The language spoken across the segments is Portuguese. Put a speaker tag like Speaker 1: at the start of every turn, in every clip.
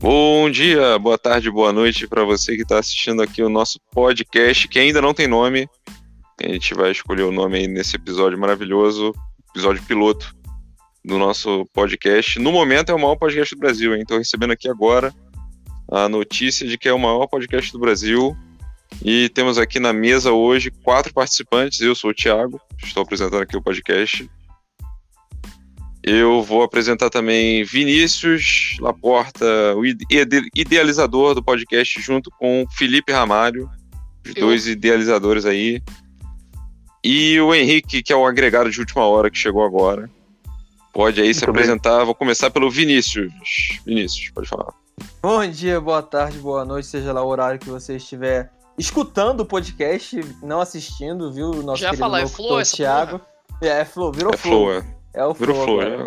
Speaker 1: Bom dia, boa tarde, boa noite para você que está assistindo aqui o nosso podcast, que ainda não tem nome. A gente vai escolher o nome aí nesse episódio maravilhoso, episódio piloto do nosso podcast. No momento é o maior podcast do Brasil, hein? Estou recebendo aqui agora a notícia de que é o maior podcast do Brasil. E temos aqui na mesa hoje quatro participantes. Eu sou o Thiago, estou apresentando aqui o podcast. Eu vou apresentar também Vinícius Laporta, o ide- ide- idealizador do podcast, junto com Felipe Ramalho, os
Speaker 2: Eu.
Speaker 1: dois idealizadores aí. E o Henrique, que é o agregado de última hora que chegou agora. Pode aí se
Speaker 3: Muito bem.
Speaker 1: apresentar. Vou começar pelo Vinícius. Vinícius, pode falar.
Speaker 3: Bom dia, boa tarde, boa noite, seja lá o horário que você estiver escutando o podcast, não assistindo, viu? O Nosso
Speaker 2: Já ia
Speaker 3: querido
Speaker 2: falar, é
Speaker 3: locutor
Speaker 2: Flow essa
Speaker 3: Thiago. É, é Flow, virou
Speaker 1: é
Speaker 3: Flow.
Speaker 1: Flow, é.
Speaker 3: É o
Speaker 1: Virou Flow.
Speaker 3: Flow. agora.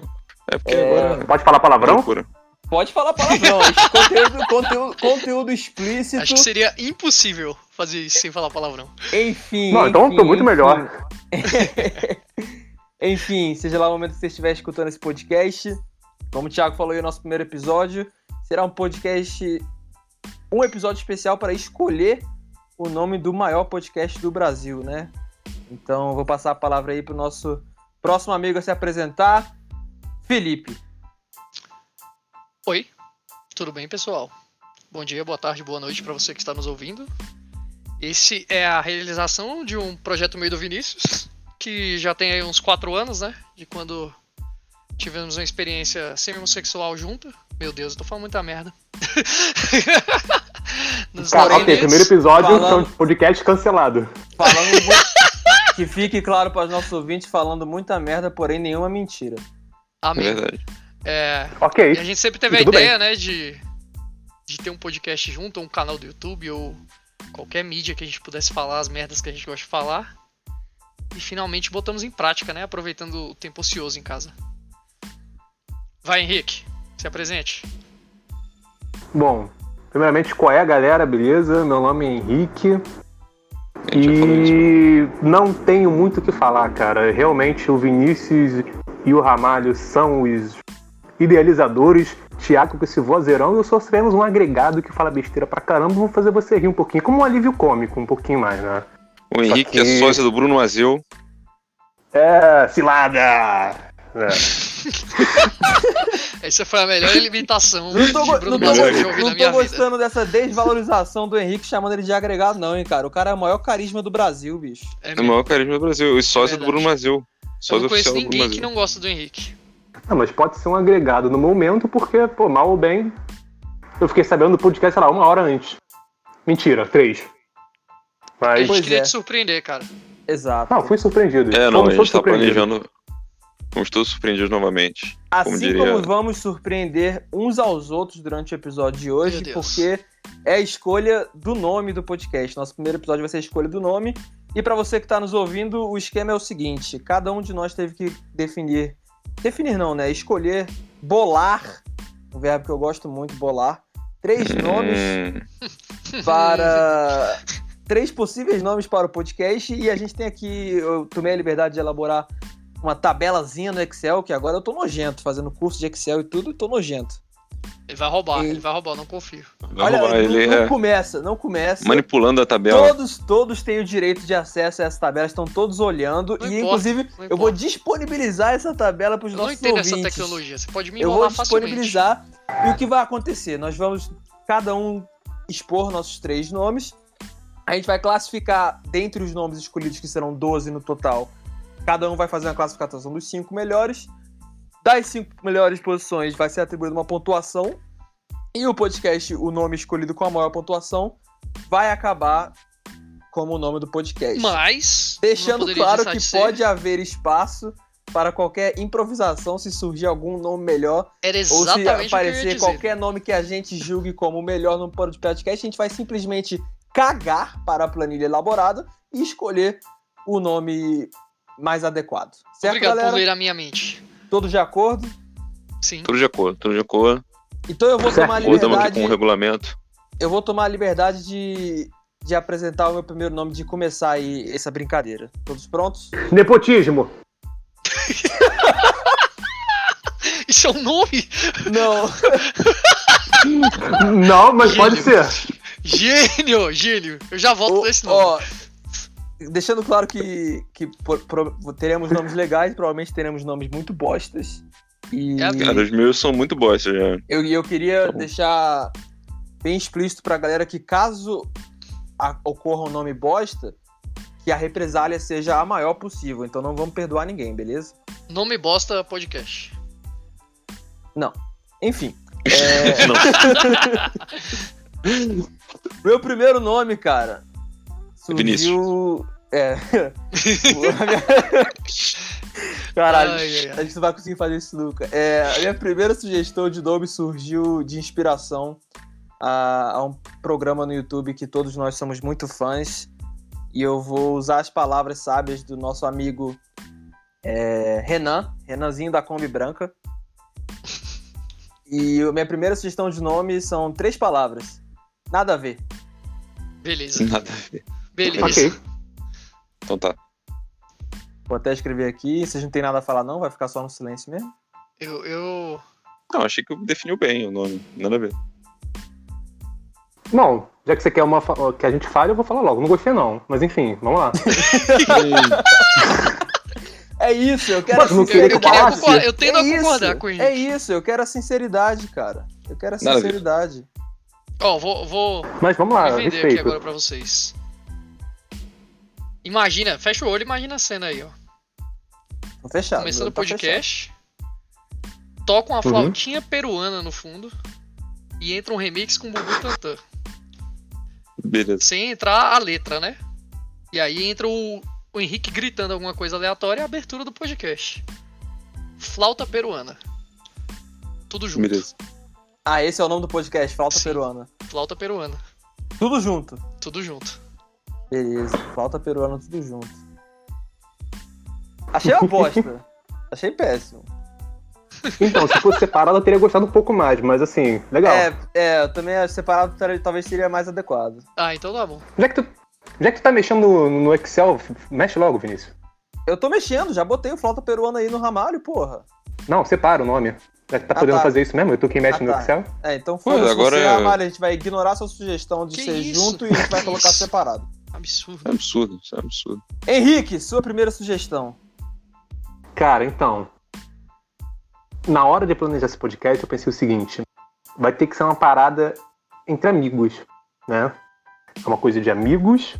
Speaker 1: é. É porque
Speaker 3: É,
Speaker 1: agora.
Speaker 3: Pode falar
Speaker 1: é
Speaker 3: palavrão?
Speaker 1: loucura.
Speaker 3: Pode falar palavrão. Esse conteúdo, conteúdo, conteúdo explícito.
Speaker 2: Acho que seria impossível fazer isso sem falar palavrão.
Speaker 3: Enfim.
Speaker 4: Não, então eu
Speaker 3: enfim,
Speaker 4: tô muito
Speaker 3: enfim.
Speaker 4: melhor.
Speaker 3: Enfim, seja lá o momento que você estiver escutando esse podcast, como o Thiago falou aí no nosso primeiro episódio, será um podcast, um episódio especial para escolher o nome do maior podcast do Brasil, né? Então, vou passar a palavra aí pro nosso próximo amigo a se apresentar, Felipe.
Speaker 2: Oi, tudo bem, pessoal? Bom dia, boa tarde, boa noite pra você que está nos ouvindo. Esse é a realização de um projeto meio do Vinícius, que já tem aí uns 4 anos, né? De quando tivemos uma experiência semi-homossexual junta. Meu Deus, eu tô falando muita merda. Nos
Speaker 4: Cara, Tá, ok,
Speaker 2: Laureles.
Speaker 4: primeiro episódio
Speaker 3: Falando.
Speaker 4: são podcast cancelado.
Speaker 3: Falando mu- que fique claro para os nossos ouvintes, falando muita merda, porém nenhuma mentira.
Speaker 1: É
Speaker 2: Amém.
Speaker 1: verdade.
Speaker 2: É,
Speaker 4: Ok.
Speaker 2: E a gente sempre teve a
Speaker 4: Tudo
Speaker 2: ideia, né, de, de ter um podcast junto, ou um canal do YouTube, ou qualquer mídia que a gente pudesse falar, as merdas que a gente gosta de falar. E finalmente botamos em prática, né, aproveitando o tempo ocioso em casa. Vai, Henrique, se apresente.
Speaker 4: Bom, primeiramente, qual é a galera? Beleza? Meu nome é Henrique.
Speaker 1: A gente já falou isso. né?
Speaker 4: E não tenho muito o que falar, cara. Realmente o Vinícius e o Ramalho são os idealizadores. Tiago com esse vozeirão, eu só seremos um agregado que fala besteira pra caramba. Vamos fazer você rir um pouquinho, como um alívio cômico, um pouquinho mais, né?
Speaker 1: O Henrique
Speaker 4: que-
Speaker 1: é sócio do Bruno Mazeu.
Speaker 4: É, cilada! É.
Speaker 2: Essa foi a melhor limitação
Speaker 3: Não tô,
Speaker 2: de
Speaker 3: go-
Speaker 2: Bruno
Speaker 3: não tô,
Speaker 2: Mazeu
Speaker 3: go-
Speaker 2: que eu já ouvi na
Speaker 3: não tô
Speaker 2: minha vida.
Speaker 3: gostando dessa desvalorização do Henrique chamando ele de agregado, não, hein, cara. O cara é o maior carisma do Brasil, bicho.
Speaker 2: É
Speaker 1: É o
Speaker 2: mesmo.
Speaker 1: maior carisma do Brasil. E sócio do
Speaker 2: verdade.
Speaker 1: Bruno Mazeu.
Speaker 2: eu
Speaker 1: Sócio
Speaker 2: não conheço
Speaker 1: oficial do Bruno
Speaker 2: ninguém que
Speaker 1: Mazeu.
Speaker 2: não gosta do Henrique.
Speaker 4: Ah, mas pode ser um agregado no momento, porque, pô, mal ou bem, eu fiquei sabendo do podcast, sei lá, uma hora antes. Mentira, três.
Speaker 2: A
Speaker 4: Mas.
Speaker 2: gente
Speaker 3: Pois
Speaker 2: queria
Speaker 3: é.
Speaker 2: te surpreender, cara.
Speaker 3: Exato.
Speaker 4: Não, fui surpreendido.
Speaker 1: É, não,
Speaker 4: Fomos
Speaker 1: a
Speaker 4: todos
Speaker 1: gente tá
Speaker 4: surpreendidos.
Speaker 1: planejando. Fomos todos surpreendidos novamente.
Speaker 3: assim
Speaker 1: como diria-
Speaker 3: como vamos surpreender uns aos outros durante o episódio de hoje,
Speaker 2: Meu Deus.
Speaker 3: porque é a escolha do nome do podcast. Nosso primeiro episódio vai ser a escolha do nome. E pra você que tá nos ouvindo, o esquema é o seguinte: cada um de nós teve que definir. Definir não, né? Escolher, bolar. Um verbo que eu gosto muito, bolar. Três nomes
Speaker 1: Hum,
Speaker 3: para três possíveis nomes para o podcast e a gente tem aqui, eu tomei a liberdade de elaborar uma tabelazinha no Excel, que agora eu tô nojento, fazendo curso de Excel e tudo, eu tô nojento.
Speaker 2: Ele vai roubar,
Speaker 3: E-
Speaker 2: ele vai roubar, não confio.
Speaker 1: vai roubar,
Speaker 3: não,
Speaker 1: ele
Speaker 3: não
Speaker 1: é
Speaker 3: começa, não começa.
Speaker 1: manipulando a tabela.
Speaker 3: Todos, todos têm o direito de acesso a essa tabela, estão todos olhando
Speaker 2: Não
Speaker 3: e
Speaker 2: importa,
Speaker 3: inclusive
Speaker 2: não
Speaker 3: eu vou
Speaker 2: importa.
Speaker 3: disponibilizar essa tabela para os
Speaker 2: Eu não
Speaker 3: nossos
Speaker 2: entendo
Speaker 3: ouvintes.
Speaker 2: essa tecnologia. Você pode me
Speaker 3: Eu vou
Speaker 2: enrolar facilmente.
Speaker 3: disponibilizar. E o que vai acontecer? Nós vamos cada um expor nossos três nomes. A gente vai classificar dentre os nomes escolhidos, que serão 12 no total. Cada um vai fazer uma classificação dos cinco melhores. Das cinco melhores posições vai ser atribuída uma pontuação. E o podcast, o nome escolhido com a maior pontuação, vai acabar como o nome do podcast.
Speaker 2: Mas. não
Speaker 3: Deixando
Speaker 2: poderia
Speaker 3: claro que
Speaker 2: deixar de ser.
Speaker 3: pode haver espaço para qualquer improvisação se surgir algum nome melhor
Speaker 2: Era
Speaker 3: ou se
Speaker 2: exatamente o que eu ia
Speaker 3: aparecer
Speaker 2: dizer.
Speaker 3: qualquer nome que a gente julgue como o melhor no podcast, a gente vai simplesmente cagar para a planilha elaborada e escolher o nome mais adequado. Certo,
Speaker 2: Obrigado por
Speaker 3: galera?
Speaker 2: ler a minha mente.
Speaker 3: Todos de acordo?
Speaker 2: Sim.
Speaker 1: Tudo de acordo, tudo de acordo.
Speaker 3: Então eu vou
Speaker 4: Certo.
Speaker 3: tomar a
Speaker 1: Ou estamos
Speaker 3: liberdade,
Speaker 1: com o regulamento.
Speaker 3: eu vou tomar a liberdade de, de apresentar o meu primeiro nome, de começar aí essa brincadeira. Todos prontos?
Speaker 4: Nepotismo!
Speaker 2: Isso é um nome?
Speaker 3: Não.
Speaker 4: Não, mas pode ser.
Speaker 2: Gênio, gênio. Eu já volto
Speaker 3: Ô,
Speaker 2: nesse nome.
Speaker 3: ó, deixando claro que, que por- pro- teremos nomes legais, provavelmente teremos nomes muito bostas. E
Speaker 2: É a vida.
Speaker 1: Cara, os meus são muito bosta já.
Speaker 3: eu, e eu queria
Speaker 1: Tá bom.
Speaker 3: deixar bem explícito pra galera que caso a- ocorra um nome bosta, que a represália seja a maior possível. Então não vamos perdoar ninguém, beleza?
Speaker 2: Nome bosta podcast.
Speaker 3: Enfim. é,
Speaker 1: Não.
Speaker 3: meu primeiro nome, cara. Surgiu...
Speaker 1: Vinícius.
Speaker 3: É. Caralho,
Speaker 2: Ai, ai, ai.
Speaker 3: a gente não vai conseguir fazer isso nunca. É, a minha primeira sugestão de nome surgiu de inspiração a, a um programa no YouTube que todos nós somos muito fãs. E eu vou usar as palavras sábias do nosso amigo é, Renan, Renanzinho da Kombi Branca. E a minha primeira sugestão de nome são três palavras. Nada a ver.
Speaker 2: Beleza.
Speaker 1: Nada a ver.
Speaker 2: Beleza.
Speaker 4: Ok.
Speaker 1: Então tá.
Speaker 3: Vou até escrever aqui. Vocês não tem nada a falar, não? Vai ficar só no silêncio mesmo?
Speaker 2: Eu, eu.
Speaker 1: Não, achei que definiu bem o nome. Nada a ver.
Speaker 4: Bom, já que você quer uma fa- que a gente fale, eu vou falar logo. Não gostei, não. Mas enfim, vamos lá.
Speaker 3: É isso, eu quero
Speaker 4: Mas não
Speaker 2: Eu,
Speaker 4: Queria
Speaker 2: eu
Speaker 4: que
Speaker 2: queria
Speaker 4: falasse?
Speaker 2: concordar, eu tendo
Speaker 3: é
Speaker 2: a concordar
Speaker 3: isso,
Speaker 2: com ele.
Speaker 3: É isso, eu quero a sinceridade, cara. Eu quero a
Speaker 1: Nada a ver.
Speaker 3: sinceridade.
Speaker 2: Ó, vou, vou
Speaker 4: Mas vamos lá,
Speaker 2: me vender aqui
Speaker 4: Ah, respeito.
Speaker 2: agora pra vocês. Imagina, fecha o olho e imagina a cena aí, ó.
Speaker 3: Tô fechado.
Speaker 2: Começando
Speaker 3: meu,
Speaker 2: o
Speaker 3: tá
Speaker 2: podcast. Toca uma
Speaker 4: Uhum.
Speaker 2: flautinha peruana no fundo. E entra um remix com Bubu Tantan.
Speaker 1: Beleza.
Speaker 2: Sem entrar a letra, né? E aí entra o, o Henrique gritando alguma coisa aleatória e a abertura do podcast. Flauta peruana. Tudo junto.
Speaker 1: Beleza.
Speaker 3: fechado. Ah, esse é o nome do podcast, Falta
Speaker 2: Sim.
Speaker 3: Peruana.
Speaker 2: Flauta peruana.
Speaker 3: Tudo junto.
Speaker 2: Tudo junto.
Speaker 3: Beleza, Falta Peruana, tudo junto. Achei uma bosta. Achei péssimo.
Speaker 4: Então, se fosse separado, eu teria gostado um pouco mais. Mas assim, legal.
Speaker 3: É, é, eu também acho separado tal- talvez seria mais adequado.
Speaker 2: Ah, então tá bom.
Speaker 4: Já, que tu, já que tu tá mexendo no, no Excel, f- mexe logo, Vinícius.
Speaker 3: Eu tô mexendo, já botei o Flauta Peruana aí no ramalho, porra.
Speaker 4: Não, separa o nome. Já que tá
Speaker 3: Ah,
Speaker 4: podendo
Speaker 3: tá.
Speaker 4: fazer isso mesmo? Eu tô quem mexe
Speaker 3: Ah,
Speaker 4: no
Speaker 3: tá.
Speaker 4: Excel?
Speaker 3: É, então foda-se,
Speaker 1: agora
Speaker 3: você,
Speaker 1: é-
Speaker 3: ramalho, a gente vai ignorar sua sugestão de
Speaker 2: Que
Speaker 3: ser
Speaker 2: isso?
Speaker 3: junto e a gente vai
Speaker 2: Que
Speaker 3: colocar
Speaker 2: isso?
Speaker 3: separado.
Speaker 2: Absurdo.
Speaker 1: É absurdo, isso é absurdo.
Speaker 3: Henrique, sua primeira sugestão.
Speaker 4: Cara, então. Na hora de planejar esse podcast, eu pensei o seguinte: vai ter que ser uma parada entre amigos, né? É uma coisa de amigos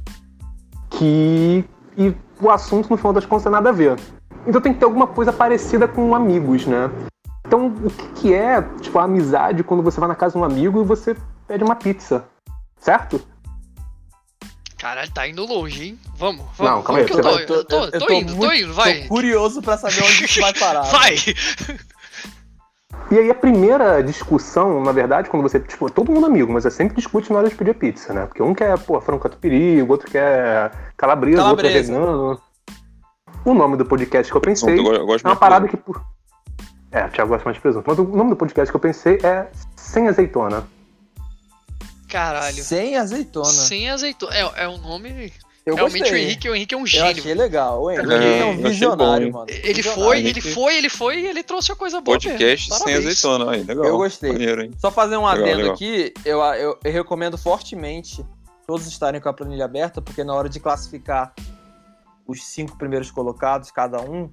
Speaker 4: que. E o assunto, no final das contas, tem nada a ver. Então tem que ter alguma coisa parecida com amigos, né? Então, o que, que é, tipo, a amizade quando você vai na casa de um amigo e você pede uma pizza? Certo?
Speaker 2: Caralho, tá indo longe, hein? Vamos, vamos.
Speaker 4: Não, calma aí,
Speaker 2: Vamos que
Speaker 4: você
Speaker 2: eu tô, eu tô,
Speaker 3: eu
Speaker 2: tô
Speaker 3: tô
Speaker 2: indo, tô
Speaker 3: muito-
Speaker 2: indo, vai.
Speaker 3: Tô curioso pra saber onde isso vai parar.
Speaker 2: Vai!
Speaker 4: E aí a primeira discussão, na verdade, quando você, tipo, todo mundo amigo, mas é sempre discute na hora de pedir pizza, né? Porque um quer, pô, frango catupiry, o outro quer calabresa, o outro é
Speaker 3: Calabresa.
Speaker 4: vegano. O nome do podcast que eu pensei
Speaker 1: eu go- eu gosto
Speaker 4: é uma
Speaker 1: muito
Speaker 4: parada que... por- É, o Thiago gosta mais de presunto. Mas o nome do podcast que eu pensei é Sem Azeitona.
Speaker 2: Caralho.
Speaker 3: Sem azeitona.
Speaker 2: Sem azeitona. É, é um nome.
Speaker 3: Eu
Speaker 2: Realmente
Speaker 3: gostei.
Speaker 2: o Henrique, o Henrique é um
Speaker 3: eu
Speaker 2: gênio.
Speaker 3: achei legal, hein? Ele
Speaker 2: É,
Speaker 3: é
Speaker 2: eu
Speaker 3: um
Speaker 1: achei bom,
Speaker 3: visionário,
Speaker 1: hein?
Speaker 3: mano.
Speaker 2: Ele
Speaker 3: Visionário.
Speaker 2: foi,
Speaker 1: Henrique.
Speaker 2: ele foi, ele foi e ele trouxe a coisa boa. mesmo.
Speaker 1: Podcast sem
Speaker 2: Parabéns.
Speaker 1: azeitona. Aí, legal.
Speaker 3: Eu gostei.
Speaker 1: Maneiro, hein?
Speaker 3: Só fazer um
Speaker 1: Legal,
Speaker 3: adendo
Speaker 1: legal.
Speaker 3: aqui, eu, eu- eu recomendo fortemente todos estarem com a planilha aberta, porque na hora de classificar os cinco primeiros colocados, cada um,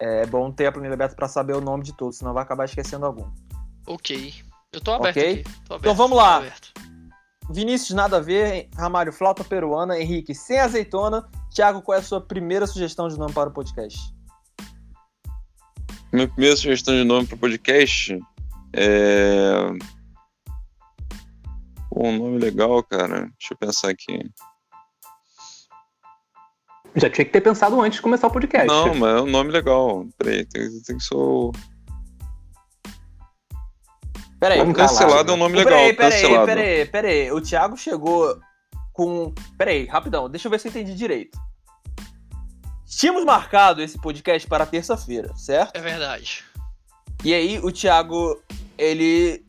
Speaker 3: é bom ter a planilha aberta pra saber o nome de todos, senão vai acabar esquecendo algum.
Speaker 2: Ok. Eu tô aberto
Speaker 3: Ok.
Speaker 2: aqui. Tô aberto,
Speaker 3: Então vamos lá.
Speaker 2: tô aberto.
Speaker 3: Vinícius, nada a ver. hein? Ramalho, flauta peruana. Henrique, sem azeitona. Thiago, qual é a sua primeira sugestão de nome para o podcast?
Speaker 1: Minha primeira sugestão de nome pro podcast é. Pô, um nome legal, cara. Deixa eu pensar aqui.
Speaker 4: Já tinha que ter pensado antes de começar o podcast.
Speaker 1: Não, mas é um nome legal. Peraí, tem, tem que ser. o-
Speaker 3: Peraí,
Speaker 4: Vamos
Speaker 3: o-
Speaker 4: Cancelado.
Speaker 1: Cancelado é um nome legal.
Speaker 3: tá Peraí, peraí,
Speaker 1: cancelado.
Speaker 3: peraí, peraí. O Thiago chegou com. Peraí, rapidão, deixa eu ver se eu entendi direito. Tínhamos marcado esse podcast para terça-feira, certo?
Speaker 2: É verdade.
Speaker 3: E aí o Thiago, ele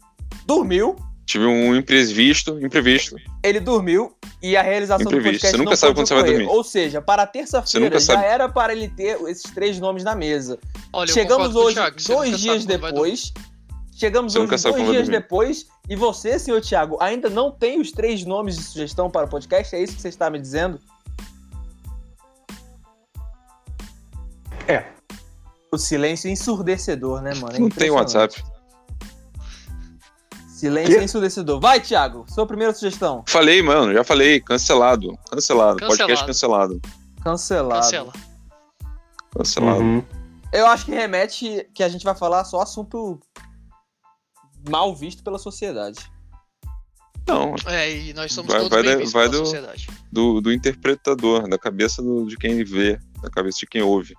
Speaker 3: dormiu,
Speaker 1: Tive um imprevisto, imprevisto.
Speaker 3: Ele dormiu e a realização
Speaker 1: Imprevisto.
Speaker 3: do podcast
Speaker 1: Você nunca
Speaker 3: não
Speaker 1: sabe
Speaker 3: pôde
Speaker 1: quando você vai
Speaker 3: ocorrer.
Speaker 1: dormir.
Speaker 3: Ou seja, para
Speaker 1: Você
Speaker 3: terça-feira
Speaker 1: nunca
Speaker 3: já
Speaker 1: sabe.
Speaker 3: era para ele ter esses três nomes na mesa.
Speaker 2: Olha, eu
Speaker 3: chegamos
Speaker 2: concordo com o
Speaker 3: hoje,
Speaker 2: Thiago, você nunca
Speaker 3: dois
Speaker 2: sabe
Speaker 3: dias
Speaker 2: quando vai dormir.
Speaker 3: depois. Chegamos
Speaker 1: Você
Speaker 3: hoje,
Speaker 1: nunca
Speaker 3: dois
Speaker 1: sabe quando vai
Speaker 3: dias
Speaker 1: dormir.
Speaker 3: depois. E você, senhor Thiago, ainda não tem os três nomes de sugestão para o podcast? É isso que você está me dizendo?
Speaker 4: É.
Speaker 3: O silêncio é ensurdecedor, né, mano? É
Speaker 1: Não tem
Speaker 3: impressionante.
Speaker 1: WhatsApp.
Speaker 3: Silêncio
Speaker 4: Que?
Speaker 3: ensurdecedor. Vai, Thiago, sua primeira sugestão.
Speaker 1: Falei, mano, já falei. Cancelado. Cancelado. Podcast cancelado.
Speaker 3: Cancelado.
Speaker 2: Cancela.
Speaker 1: Cancelado.
Speaker 4: Uhum.
Speaker 3: Eu acho que remete que a gente vai falar só assunto mal visto pela sociedade.
Speaker 1: Não,
Speaker 2: É, e nós somos
Speaker 1: Vai-
Speaker 2: todos
Speaker 1: vai
Speaker 2: bem
Speaker 1: da-
Speaker 2: vistos
Speaker 1: vai
Speaker 2: pela
Speaker 1: do-
Speaker 2: sociedade.
Speaker 1: do, do interpretador, da cabeça do- de quem vê, da cabeça de quem ouve.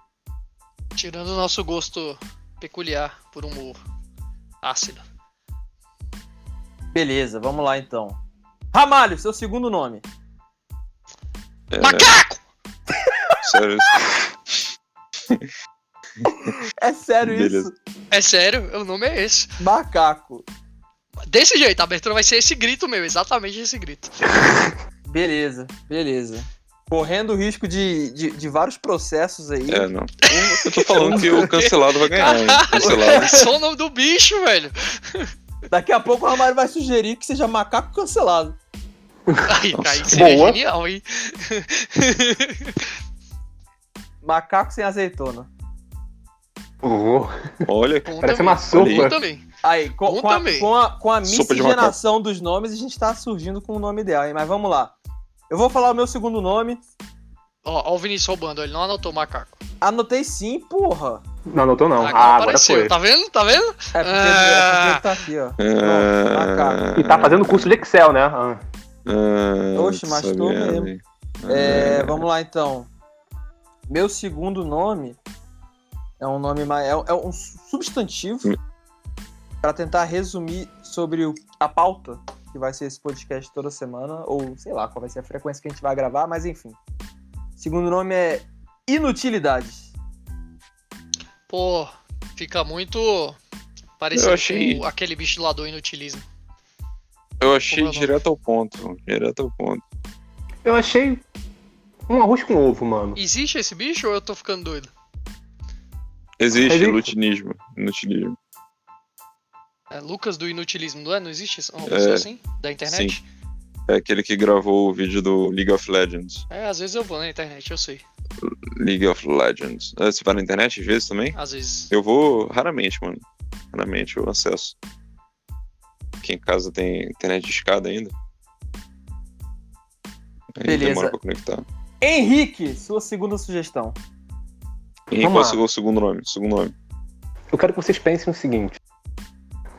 Speaker 2: Tirando o nosso gosto peculiar por um humor ácido.
Speaker 3: Beleza, vamos lá então. Ramalho, seu segundo nome.
Speaker 1: É,
Speaker 2: Macaco!
Speaker 1: sério.
Speaker 3: É sério
Speaker 1: Beleza.
Speaker 3: isso?
Speaker 2: É sério, o nome é esse.
Speaker 3: Macaco.
Speaker 2: Desse jeito, a abertura vai ser esse grito meu, exatamente esse grito.
Speaker 3: Beleza, beleza. Correndo o risco de, de, de vários processos aí.
Speaker 1: É, não. Eu tô falando que o cancelado vai ganhar. hein? Cancelado.
Speaker 2: Caralho, é só o nome do bicho, velho.
Speaker 3: Daqui a pouco o Ramalho vai sugerir que seja macaco cancelado.
Speaker 2: Aí, tá
Speaker 1: Nossa.
Speaker 2: aí seria
Speaker 4: Boa.
Speaker 2: genial, hein?
Speaker 3: Macaco sem azeitona.
Speaker 4: Vou.
Speaker 1: Olha,
Speaker 2: Bom
Speaker 4: Parece
Speaker 2: também.
Speaker 4: uma sopa.
Speaker 2: Bom também.
Speaker 3: Aí, com,
Speaker 2: Bom
Speaker 3: com a,
Speaker 2: também.
Speaker 3: com a- com a
Speaker 1: Sopa de
Speaker 3: miscigenação dos nomes, a gente tá surgindo com o nome ideal, hein? Mas vamos lá. Eu vou falar o meu segundo nome.
Speaker 2: Ó, ó, o Vinícius roubando, ele não anotou o macaco.
Speaker 3: Anotei sim, porra.
Speaker 4: Não anotou não.
Speaker 2: Agora
Speaker 4: Ah, agora
Speaker 2: apareceu,
Speaker 4: foi.
Speaker 2: tá vendo? Tá vendo?
Speaker 3: É porque,
Speaker 2: Ah.
Speaker 3: é porque tá aqui, ó.
Speaker 1: Ah,
Speaker 3: macaco.
Speaker 4: E tá fazendo curso de Excel, né? Ah,
Speaker 1: ah,
Speaker 3: Oxe, mas tô
Speaker 1: sabia,
Speaker 3: mesmo.
Speaker 1: hein? Ah,
Speaker 3: É, vamos lá então. Meu segundo nome é um nome mais. É, é um substantivo
Speaker 1: Hum.
Speaker 3: para tentar resumir sobre o- a pauta que vai ser esse podcast toda semana, ou sei lá qual vai ser a frequência que a gente vai gravar, mas enfim. Segundo nome é Inutilidades.
Speaker 2: Pô, fica muito parecido
Speaker 1: Eu achei-
Speaker 2: com aquele bicho lá do inutilismo.
Speaker 1: Eu achei
Speaker 2: Como é o nome?
Speaker 1: direto ao ponto. Direto ao ponto.
Speaker 4: Eu achei um arroz com ovo, mano.
Speaker 2: Existe esse bicho ou eu tô ficando doido?
Speaker 1: Existe
Speaker 4: Ridículo.
Speaker 1: lutinismo. Lutinismo.
Speaker 2: É Lucas do inutilismo, não é? Não existe essa- uma pessoa assim? Da internet?
Speaker 1: É aquele que gravou o vídeo do League of Legends.
Speaker 2: É, às vezes eu vou na internet, eu sei.
Speaker 1: League of Legends. Ah, Você vai na internet às vezes também?
Speaker 2: Às vezes.
Speaker 1: Eu vou raramente, mano. Raramente eu acesso. Aqui em casa tem internet de escada ainda. Aí
Speaker 3: Beleza.
Speaker 1: demora pra conectar.
Speaker 3: Henrique, sua segunda sugestão.
Speaker 1: E
Speaker 4: Vamos
Speaker 1: qual
Speaker 4: lá.
Speaker 1: é o segundo nome? Segundo nome.
Speaker 4: Eu quero que vocês pensem o seguinte.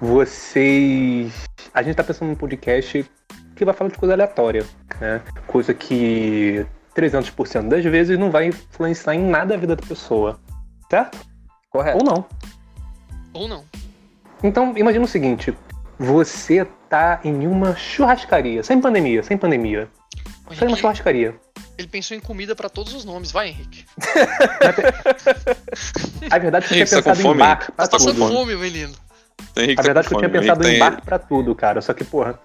Speaker 4: Vocês. A gente tá pensando num podcast que vai falar de coisa aleatória, né? Coisa que 300% das vezes não vai influenciar em nada a vida da pessoa, certo?
Speaker 3: Correto.
Speaker 4: Ou não.
Speaker 2: Ou não.
Speaker 4: Então, imagina o seguinte: você tá em uma churrascaria, sem pandemia, sem pandemia.
Speaker 2: O
Speaker 4: Só em uma
Speaker 2: Henrique,
Speaker 4: churrascaria.
Speaker 2: ele pensou em comida pra todos os nomes, vai, Henrique.
Speaker 4: A verdade é que eu
Speaker 1: Henrique,
Speaker 4: tinha
Speaker 1: você tá com
Speaker 4: pensado em
Speaker 1: fome,
Speaker 4: bar pra
Speaker 2: Tá passando
Speaker 4: tudo.
Speaker 2: fome, menino.
Speaker 1: Henrique
Speaker 4: A verdade é que
Speaker 1: com
Speaker 4: eu tinha
Speaker 1: fome.
Speaker 4: pensado em
Speaker 1: Henrique
Speaker 4: bar pra tudo, cara. Só que, porra,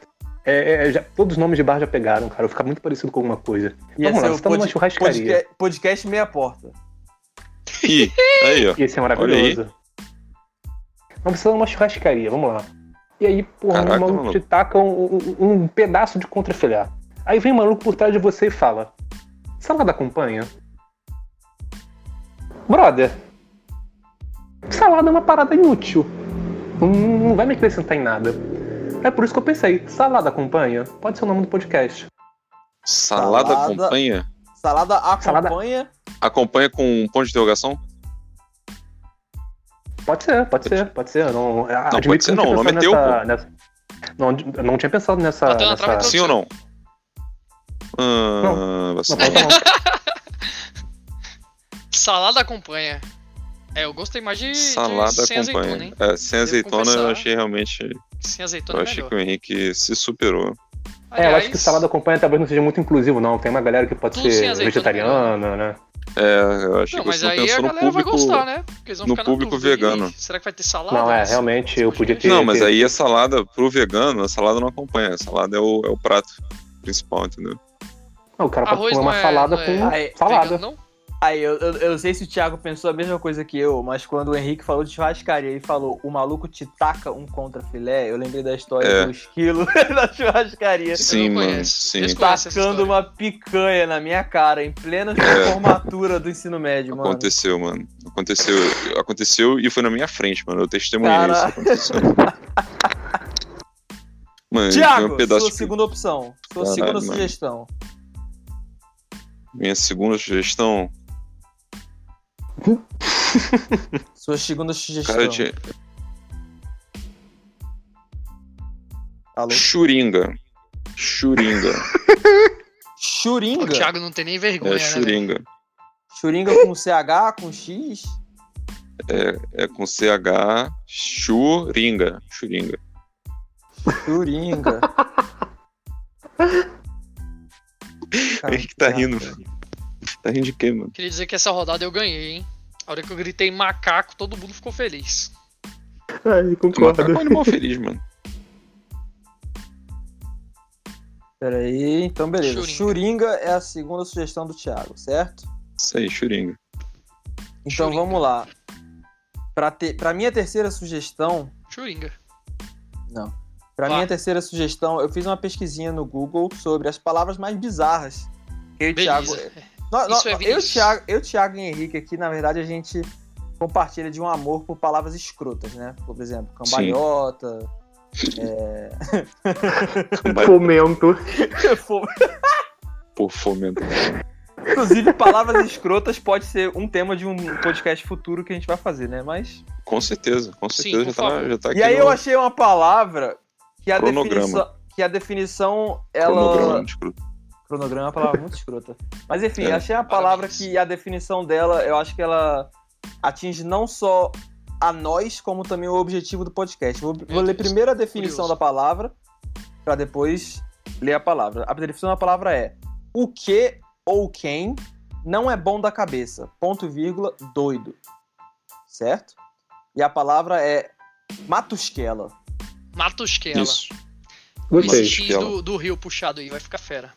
Speaker 4: é- é- já- todos os nomes de bar já pegaram, cara. Fica muito parecido com alguma coisa.
Speaker 3: Ia
Speaker 4: Vamos lá,
Speaker 3: ser é o
Speaker 4: você tá numa
Speaker 3: pod-
Speaker 4: churrascaria.
Speaker 3: podca- podcast meia porta.
Speaker 1: tem... Ih, aí, ó.
Speaker 4: E esse é maravilhoso. Não precisa de uma churrascaria, vamos lá. E aí, porra,
Speaker 1: Caraca,
Speaker 4: o maluco
Speaker 1: maluco.
Speaker 4: te taca um, um- um pedaço de contrafilé. Aí vem o maluco por trás de você e fala: Salada acompanha? Brother, salada é uma parada inútil. Não, não vai me acrescentar em nada. É por isso que eu pensei: salada acompanha? Pode ser o nome do podcast.
Speaker 1: Salada,
Speaker 3: Salada.
Speaker 1: acompanha?
Speaker 3: Salada
Speaker 4: Salada-
Speaker 3: acompanha.
Speaker 1: Acompanha com um ponto de interrogação?
Speaker 4: Pode ser, pode ser, pode ser. Não, admito
Speaker 1: pode
Speaker 4: que
Speaker 1: ser
Speaker 4: tinha
Speaker 1: não, o nome é
Speaker 4: pensado
Speaker 1: teu,
Speaker 4: nessa- Não, não tinha pensado nessa.
Speaker 2: Bateu na trave
Speaker 4: nessa...
Speaker 2: todo
Speaker 1: Sim ou não? Ah,
Speaker 4: Não,
Speaker 1: vacilo.
Speaker 4: pode não.
Speaker 2: Salada acompanha. É, eu gostei mais de, de
Speaker 1: Salada
Speaker 2: sem azeitona,
Speaker 1: acompanha.
Speaker 2: hein?
Speaker 1: É, sem azeitona eu
Speaker 2: confessar.
Speaker 1: achei realmente.
Speaker 2: Sem
Speaker 1: Eu
Speaker 2: azeitona é
Speaker 1: achei
Speaker 2: melhor.
Speaker 1: que o Henrique se superou.
Speaker 4: É, eu acho que salada acompanha talvez não seja muito inclusivo, não. Tem uma galera que pode
Speaker 2: Tudo sem
Speaker 4: ser
Speaker 2: azeitona,
Speaker 4: vegetariana, né?
Speaker 1: É, eu acho
Speaker 2: Não,
Speaker 1: que vocês
Speaker 2: mas
Speaker 1: estão
Speaker 2: aí a
Speaker 1: pensando no
Speaker 2: galera vai
Speaker 1: público.
Speaker 2: gostar, né? Porque eles vão
Speaker 1: no
Speaker 2: ficar
Speaker 1: público
Speaker 2: na dúvida,
Speaker 1: vegano.
Speaker 2: "Ih, Será que vai ter salada?
Speaker 4: Não, é,
Speaker 2: nesse-
Speaker 4: realmente
Speaker 2: nesse
Speaker 4: eu podia
Speaker 2: podcast?"
Speaker 4: ter.
Speaker 1: Não, mas
Speaker 4: ter-
Speaker 1: aí a salada, pro vegano, a salada não acompanha. A salada é o, é o prato principal, entendeu?
Speaker 4: Não, o cara pode
Speaker 2: Arroz
Speaker 4: comer
Speaker 2: não
Speaker 4: uma
Speaker 2: é-
Speaker 4: salada
Speaker 2: não é-
Speaker 4: com
Speaker 3: Ah, é.
Speaker 4: salada.
Speaker 2: Vegano não?
Speaker 3: Aí, eu, eu, eu não sei se o Thiago pensou a mesma coisa que eu, mas quando o Henrique falou de churrascaria e falou o maluco te taca um contra filé, eu lembrei da história
Speaker 1: É.
Speaker 3: do esquilo da churrascaria.
Speaker 1: Sim,
Speaker 2: não
Speaker 1: mano.
Speaker 2: conheço.
Speaker 1: Sim.
Speaker 2: Desconheço. conhece essa
Speaker 3: Tacando
Speaker 2: história.
Speaker 3: uma picanha na minha cara, em plena
Speaker 1: É.
Speaker 3: formatura do ensino médio, mano.
Speaker 1: Aconteceu, mano. Aconteceu. Aconteceu e foi na minha frente, mano. Eu testemunhei
Speaker 3: Cara.
Speaker 1: isso acontecendo. Mano, eu
Speaker 3: Tiago,
Speaker 1: um pedaço
Speaker 3: sua
Speaker 1: de-
Speaker 3: segunda opção, sua
Speaker 1: Caralho,
Speaker 3: segunda
Speaker 1: mano.
Speaker 3: sugestão.
Speaker 1: Minha segunda sugestão.
Speaker 3: Sua segunda sugestão.
Speaker 1: Cara, eu tinha.
Speaker 3: Alô?
Speaker 1: Churinga. Churinga.
Speaker 2: O
Speaker 3: Churinga?
Speaker 2: Thiago não tem nem vergonha,
Speaker 1: É
Speaker 2: né? velho?
Speaker 1: churinga.
Speaker 3: Churinga com CH, com X?
Speaker 1: É com CH. Churinga. Churinga.
Speaker 3: Churinga. Ah,
Speaker 1: Por que que tá rindo? Tá rindo de quê, mano?
Speaker 2: Queria dizer que essa rodada eu ganhei, hein? A hora que eu gritei macaco, todo mundo ficou feliz.
Speaker 4: Ai,
Speaker 1: Macaco é
Speaker 4: concordo.
Speaker 1: um animal feliz, mano.
Speaker 3: Peraí, então beleza.
Speaker 2: Churinga.
Speaker 3: Churinga. é a segunda sugestão do Thiago, certo?
Speaker 1: Isso aí, churinga.
Speaker 3: Então
Speaker 2: Churinga.
Speaker 3: vamos lá. Pra, ter, pra minha terceira sugestão,
Speaker 2: Churinga.
Speaker 3: Não. Pra
Speaker 2: Vá.
Speaker 3: minha terceira sugestão, eu fiz uma pesquisinha no Google sobre as palavras mais bizarras. Eu e o Thiago.
Speaker 2: Beleza.
Speaker 3: nó- nó-
Speaker 2: Isso é
Speaker 3: nó- eu,
Speaker 2: Vinícius.
Speaker 3: Thiago, eu, Thiago e Henrique aqui, na verdade, a gente compartilha de um amor por palavras escrotas, né? Por exemplo, cambalhota. é,
Speaker 4: Comento.
Speaker 3: fo-
Speaker 1: Por fomento.
Speaker 3: Inclusive, palavras escrotas pode ser um tema de um podcast futuro que a gente vai fazer, né? Mas.
Speaker 1: Com certeza, com
Speaker 2: Sim,
Speaker 1: certeza
Speaker 2: por
Speaker 1: já, tá,
Speaker 2: favor.
Speaker 1: já tá aqui.
Speaker 3: E aí
Speaker 1: no
Speaker 3: eu achei uma palavra que a
Speaker 1: Cronograma.
Speaker 3: definição. Que a definição,
Speaker 1: cronograma,
Speaker 3: ela.
Speaker 1: tipo,
Speaker 3: Cronograma é uma palavra muito escrota. Mas enfim,
Speaker 1: É.
Speaker 3: eu achei a palavra
Speaker 2: Parabéns.
Speaker 3: que a definição dela, eu acho que ela atinge não só a nós, como também o objetivo do podcast. Vou, vou ler
Speaker 2: Deus,
Speaker 3: primeiro a definição
Speaker 2: curioso.
Speaker 3: da palavra, pra depois ler a palavra. A definição da palavra é: o que ou quem não é bom da cabeça, ponto, vírgula, doido. Certo? E a palavra é matusquela.
Speaker 2: Matusquela.
Speaker 1: Isso.
Speaker 4: Gostei.
Speaker 2: Esse X
Speaker 1: Matusquela.
Speaker 2: do, do rio puxado aí vai ficar fera.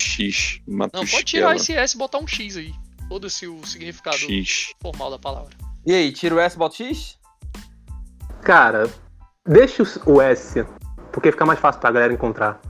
Speaker 1: X.
Speaker 2: Não, pode tirar
Speaker 1: Matusquela.
Speaker 2: esse S e botar um X aí. Todo esse, o significado
Speaker 1: X.
Speaker 2: formal da palavra.
Speaker 3: E aí, tira o S, bota o X?
Speaker 4: Cara, deixa o- o S, porque fica mais fácil pra galera encontrar.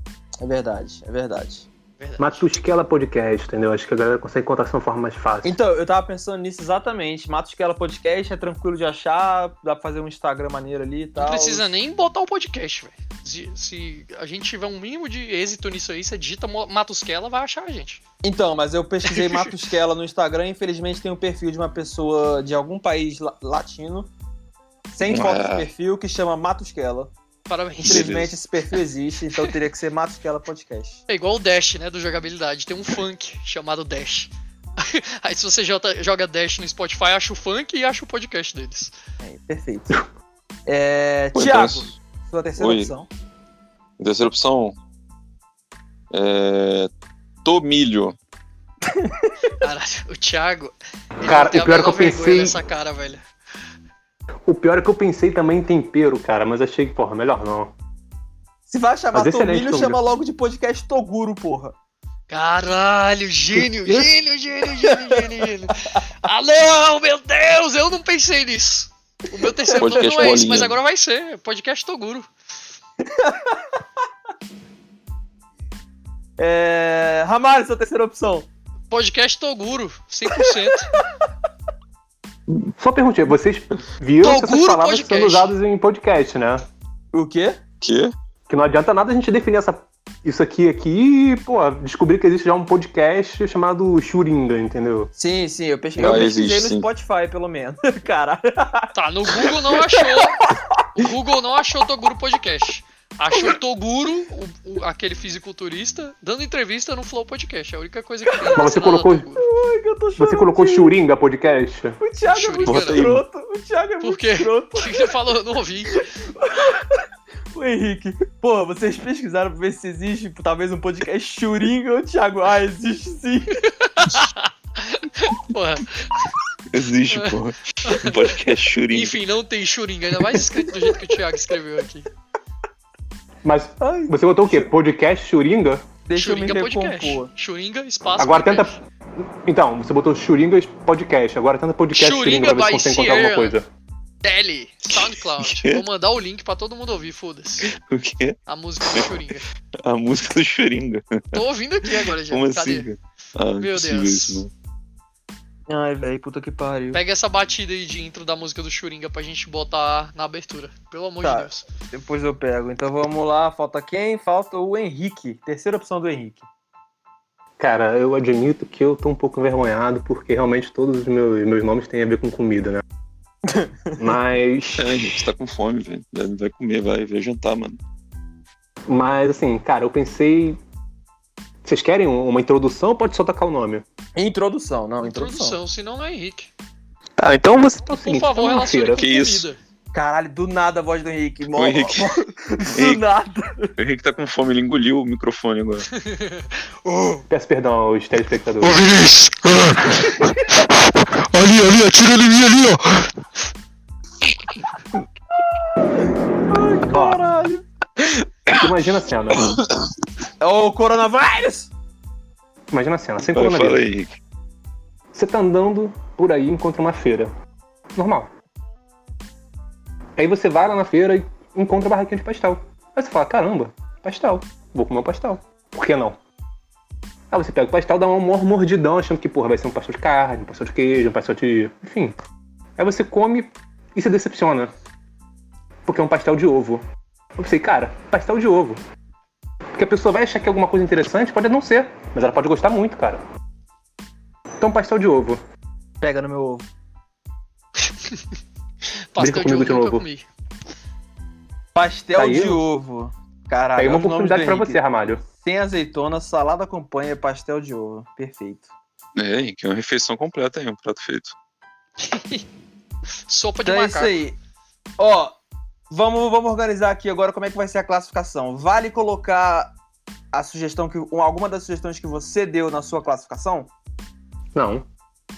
Speaker 3: É verdade, é verdade.
Speaker 2: Verdade.
Speaker 4: Matusquela Podcast, entendeu? Acho que a galera consegue encontrar de uma forma mais fácil.
Speaker 3: Então, eu tava pensando nisso exatamente. Matusquela Podcast é tranquilo de achar, dá pra fazer um Instagram maneiro ali e tal.
Speaker 2: Não precisa nem botar o podcast, velho. Se, se a gente tiver um mínimo de êxito nisso aí, você digita Mo- Matusquela, vai achar a gente.
Speaker 3: Então, mas eu pesquisei Matusquela no Instagram e infelizmente tem o perfil de uma pessoa de algum país la- latino, sem
Speaker 1: Ah.
Speaker 3: foto de perfil, que chama Matusquela.
Speaker 2: Parabéns.
Speaker 1: Beleza.
Speaker 3: Infelizmente esse perfil existe, então teria que ser Matusquela Podcast.
Speaker 2: É igual o Dash, né? Do jogabilidade. Tem um funk chamado Dash. Aí se você jota- joga Dash no Spotify, acha o funk e acha o podcast deles.
Speaker 3: É, perfeito. É,
Speaker 1: Pô,
Speaker 3: Tiago,
Speaker 1: então,
Speaker 3: sua terceira
Speaker 1: Oi.
Speaker 3: opção.
Speaker 1: a terceira opção. É. Tomilho.
Speaker 2: Caralho, o Thiago. ele
Speaker 4: Cara,
Speaker 2: não tem
Speaker 4: o
Speaker 2: a
Speaker 4: pior que
Speaker 2: menor
Speaker 4: eu
Speaker 2: vergonha
Speaker 4: pensei-
Speaker 2: Nessa cara, velho.
Speaker 4: O pior é que eu pensei também em tempero, cara, mas achei que, porra, melhor não.
Speaker 3: Se vai chamar
Speaker 4: Mas excelente
Speaker 3: Tomilho,
Speaker 4: Tomilho.
Speaker 3: chama logo de podcast Toguro, porra.
Speaker 2: Caralho, gênio, gênio, gênio, gênio, gênio, gênio. Ah, não, meu Deus, eu não pensei nisso. O meu terceiro
Speaker 1: Podcast
Speaker 2: plano não é esse,
Speaker 1: bolinha.
Speaker 2: mas agora vai ser. Podcast Toguro.
Speaker 3: É... Ramalho, sua terceira opção.
Speaker 2: Podcast Toguro, 100%.
Speaker 4: Só perguntei, vocês viram que essas
Speaker 2: Toguro
Speaker 4: palavras
Speaker 2: Podcast.
Speaker 4: sendo usadas em podcast, né?
Speaker 3: O quê?
Speaker 1: Que?
Speaker 4: Que não adianta nada a gente definir essa, isso aqui aqui e, pô, descobrir que existe já um podcast chamado Churinga, entendeu?
Speaker 3: Sim, sim, eu pesquisei,
Speaker 1: Ah,
Speaker 3: eu pesquisei
Speaker 1: existe,
Speaker 3: no
Speaker 1: sim.
Speaker 3: Spotify, pelo menos. Caralho.
Speaker 2: Tá, no Google não achou. O Google não achou Toguro Podcast. Achou Toguro, o- o- aquele fisiculturista, dando entrevista no Flow Podcast. É a única coisa que tem.
Speaker 4: Mas você
Speaker 2: relacionada
Speaker 4: colocou-
Speaker 2: ao Toguro.
Speaker 3: Ai, é que eu tô chorando.
Speaker 4: Você colocou Churinga Podcast?
Speaker 3: O Thiago é muito
Speaker 1: Bota aí,
Speaker 3: escroto. O Thiago é muito
Speaker 2: quê?
Speaker 3: escroto.
Speaker 2: O que ele falou? Eu não ouvi.
Speaker 3: O Henrique. Pô, vocês pesquisaram pra ver se existe talvez um podcast Churinga. O Thiago, ah, existe sim.
Speaker 2: Porra.
Speaker 1: Existe, pô. Um podcast churinho.
Speaker 2: Enfim, não tem Churinga, ainda mais escrito do jeito que o Thiago escreveu aqui.
Speaker 4: Mas
Speaker 3: Ai,
Speaker 4: você botou o quê? Podcast Churinga?
Speaker 3: deixa eu me
Speaker 2: Churinga é
Speaker 3: recompor.
Speaker 2: Podcast. Churinga, espaço.
Speaker 4: Agora tenta.
Speaker 2: podcast.
Speaker 4: Então, você botou Churingas Podcast. Agora tenta podcast Churinga,
Speaker 2: Churinga
Speaker 4: pra ver se
Speaker 2: by
Speaker 4: consegue encontrar alguma coisa.
Speaker 2: Tele, SoundCloud. Vou mandar o link pra todo mundo ouvir, foda-se.
Speaker 1: O quê?
Speaker 2: A música do Churinga.
Speaker 1: A música do Churinga.
Speaker 2: Tô ouvindo aqui agora, já.
Speaker 1: Como
Speaker 2: Cadê?
Speaker 1: assim? cara? Ah,
Speaker 2: Meu
Speaker 1: impossível
Speaker 2: Deus.
Speaker 1: Isso, não.
Speaker 3: Ai, velho, puta que pariu.
Speaker 2: Pega essa batida aí de intro da música do Churinga pra gente botar na abertura. Pelo amor
Speaker 3: Tá.
Speaker 2: de Deus.
Speaker 3: Depois eu pego. Então vamos lá, falta quem? Falta o Henrique. Terceira opção do Henrique.
Speaker 4: Cara, eu admito que eu tô um pouco envergonhado, porque realmente todos os meus, meus nomes têm a ver com comida, né? Mas.
Speaker 1: É, gente, você tá com fome, velho. Vai- Vai comer, vai, vai jantar, mano.
Speaker 4: Mas assim, cara, eu pensei. Vocês querem uma introdução ou pode só tacar o nome? É
Speaker 3: Introdução, não, introdução.
Speaker 2: Introdução, senão não é Henrique.
Speaker 1: Ah,
Speaker 4: Tá, então você tá
Speaker 2: Por favor, relacione com
Speaker 1: Que isso?
Speaker 2: comida.
Speaker 3: Caralho, do nada a voz do Henrique. Mó,
Speaker 1: O Henrique.
Speaker 3: mó-
Speaker 1: Henrique.
Speaker 3: do nada.
Speaker 1: O Henrique tá com fome, ele engoliu o microfone agora.
Speaker 4: Peço perdão aos telespectadores.
Speaker 2: Vinícius!
Speaker 1: Ah!
Speaker 2: ali, ali, atira ele mim ali, ó!
Speaker 4: Ó,
Speaker 3: Caralho.
Speaker 4: imagina a cena.
Speaker 3: É o coronavírus!
Speaker 4: Imagina a cena, sem
Speaker 1: Vai, fala
Speaker 4: coronavírus.
Speaker 1: aí, Henrique.
Speaker 4: Você tá andando por aí e encontra uma feira. Normal. Aí você vai lá na feira e encontra a barraquinha de pastel. Aí você fala, caramba, pastel. Vou comer um pastel. Por que não? Aí você pega o pastel, dá uma mor- mordidão, achando que, porra, vai ser um pastel de carne, um pastel de queijo, um pastel de... Enfim. Aí você come e se decepciona. Porque é um pastel de ovo. Eu pensei, cara, pastel de ovo. Porque a pessoa vai achar que é alguma coisa interessante, pode não ser. Mas ela pode gostar muito, cara. Então, pastel de ovo.
Speaker 3: Pega no meu ovo.
Speaker 4: Brinca
Speaker 2: Pastel de
Speaker 4: comigo
Speaker 2: ovo
Speaker 4: de
Speaker 2: nunca
Speaker 4: novo.
Speaker 2: comi.
Speaker 3: Pastel
Speaker 4: Tá aí,
Speaker 3: de
Speaker 4: ó.
Speaker 3: ovo. Caralho.
Speaker 4: Aí uma
Speaker 3: olha os nomes do
Speaker 4: oportunidade pra
Speaker 3: Henrique.
Speaker 4: você, Ramalho.
Speaker 3: Sem azeitona, salada com panha e pastel de ovo. Perfeito.
Speaker 1: É, Henrique, é uma refeição completa aí, um prato feito.
Speaker 2: Sopa de
Speaker 3: Então é isso
Speaker 2: macaco.
Speaker 3: aí. Ó, vamos, vamos organizar aqui agora como é que vai ser a classificação. Vale colocar a sugestão que. um- alguma das sugestões que você deu na sua classificação?
Speaker 4: Não.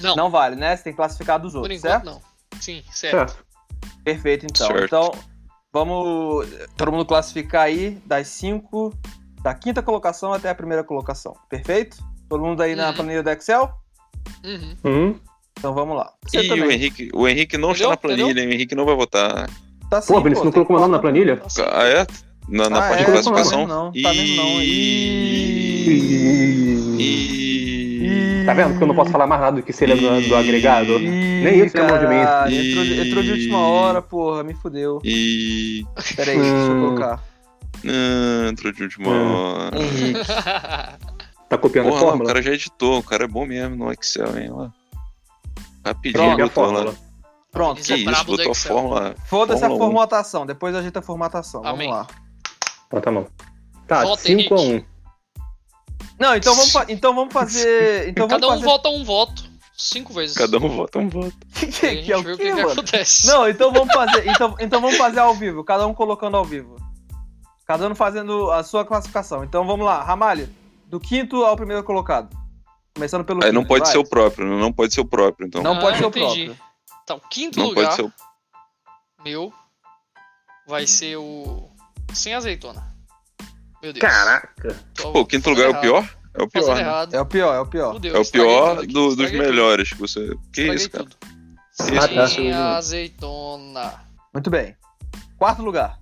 Speaker 2: Não,
Speaker 3: Não vale, né? Você tem que classificar dos
Speaker 2: por
Speaker 3: outros,
Speaker 2: enquanto
Speaker 3: certo?
Speaker 2: não. Sim,
Speaker 4: É.
Speaker 2: certo.
Speaker 3: Perfeito, então.
Speaker 1: Certo.
Speaker 3: Então, vamos todo mundo classificar aí das cinco, da quinta colocação até a primeira colocação. Perfeito? Todo mundo aí na
Speaker 2: Uhum.
Speaker 3: planilha do Excel?
Speaker 2: Uhum.
Speaker 4: Hum.
Speaker 3: Então vamos lá. Você
Speaker 1: E o
Speaker 3: também.
Speaker 1: Henrique, o Henrique não está
Speaker 2: Entendeu?
Speaker 1: na planilha, o Henrique não vai votar.
Speaker 3: Tá sim,
Speaker 4: Pô, Vinícius, não
Speaker 3: tem que
Speaker 4: colocou meu nome na
Speaker 3: colocar.
Speaker 4: planilha?
Speaker 2: Tá certo.
Speaker 1: Ah, é? Na, na
Speaker 3: Ah,
Speaker 1: parte
Speaker 3: é,
Speaker 1: de classificação?
Speaker 3: Não, tá mesmo não.
Speaker 1: E... E...
Speaker 4: Tá vendo? Porque eu não posso falar mais nada do que seria do, do agregado. Nem isso que é bom de mim.
Speaker 3: Caralho, Entrou, de- entrou de última hora, porra, me fudeu.
Speaker 1: E...
Speaker 3: Pera aí, deixa eu
Speaker 4: Hum.
Speaker 3: colocar.
Speaker 1: Ah, entrou de última
Speaker 4: Hum.
Speaker 1: hora.
Speaker 3: Henrique. Então
Speaker 4: Tá copiando a
Speaker 1: Porra, lá, o
Speaker 4: fórmula?
Speaker 1: cara já editou, o cara é bom mesmo no Excel, hein? Lá. Rapidinho, ele
Speaker 4: Pega a
Speaker 1: botou lá.
Speaker 4: fórmula.
Speaker 3: Pronto.
Speaker 1: Que
Speaker 2: Isso é
Speaker 1: isso,
Speaker 2: brabo do
Speaker 1: botou a
Speaker 2: Excel.
Speaker 1: fórmula.
Speaker 3: Foda-se a
Speaker 1: Fórmula um.
Speaker 3: formatação, depois ajeita a formatação.
Speaker 2: Amém.
Speaker 3: Vamos lá.
Speaker 4: Ó, tá bom. Tá,
Speaker 2: Volta,
Speaker 4: 5x1.
Speaker 3: Não, então vamos, fa- então vamos fazer. Então vamos
Speaker 2: Cada um
Speaker 3: fazer.
Speaker 2: vota um voto. Cinco vezes.
Speaker 1: Cada um vota um voto.
Speaker 3: Que
Speaker 2: E a
Speaker 3: que,
Speaker 2: gente
Speaker 3: que é o
Speaker 2: vê
Speaker 3: quê,
Speaker 2: que, que
Speaker 3: mano?
Speaker 2: acontece.
Speaker 3: Não, então vamos fazer. Então, então vamos fazer ao vivo, cada um colocando ao vivo. Cada um fazendo a sua classificação. Então vamos lá, Ramalho, do quinto ao primeiro colocado. Começando pelo.
Speaker 1: Aí não
Speaker 3: quinto,
Speaker 1: pode
Speaker 3: vai.
Speaker 1: ser o próprio, né? não pode ser o próprio, então.
Speaker 3: Não
Speaker 2: Ah,
Speaker 3: pode ser o
Speaker 2: entendi.
Speaker 3: próprio.
Speaker 2: Então, quinto
Speaker 1: Não
Speaker 2: lugar
Speaker 1: pode ser o.
Speaker 2: meu vai ser o. Sem azeitona. Meu Deus.
Speaker 4: Caraca.
Speaker 2: Tô
Speaker 1: Pô, o quinto lugar é o
Speaker 2: errado.
Speaker 1: pior? É o
Speaker 2: Tô fazendo
Speaker 1: pior, né?
Speaker 2: errado.
Speaker 3: É o pior, é o pior.
Speaker 2: Fudeu,
Speaker 1: É o
Speaker 2: estraguei
Speaker 1: pior
Speaker 2: tudo aqui,
Speaker 1: do- dos
Speaker 2: estraguei tudo,
Speaker 1: melhores que você. Que
Speaker 2: estraguei
Speaker 1: isso, cara?
Speaker 2: tudo.
Speaker 1: Esse
Speaker 4: Ah, tá.
Speaker 2: Sem azeitona.
Speaker 3: Muito bem. Quarto lugar.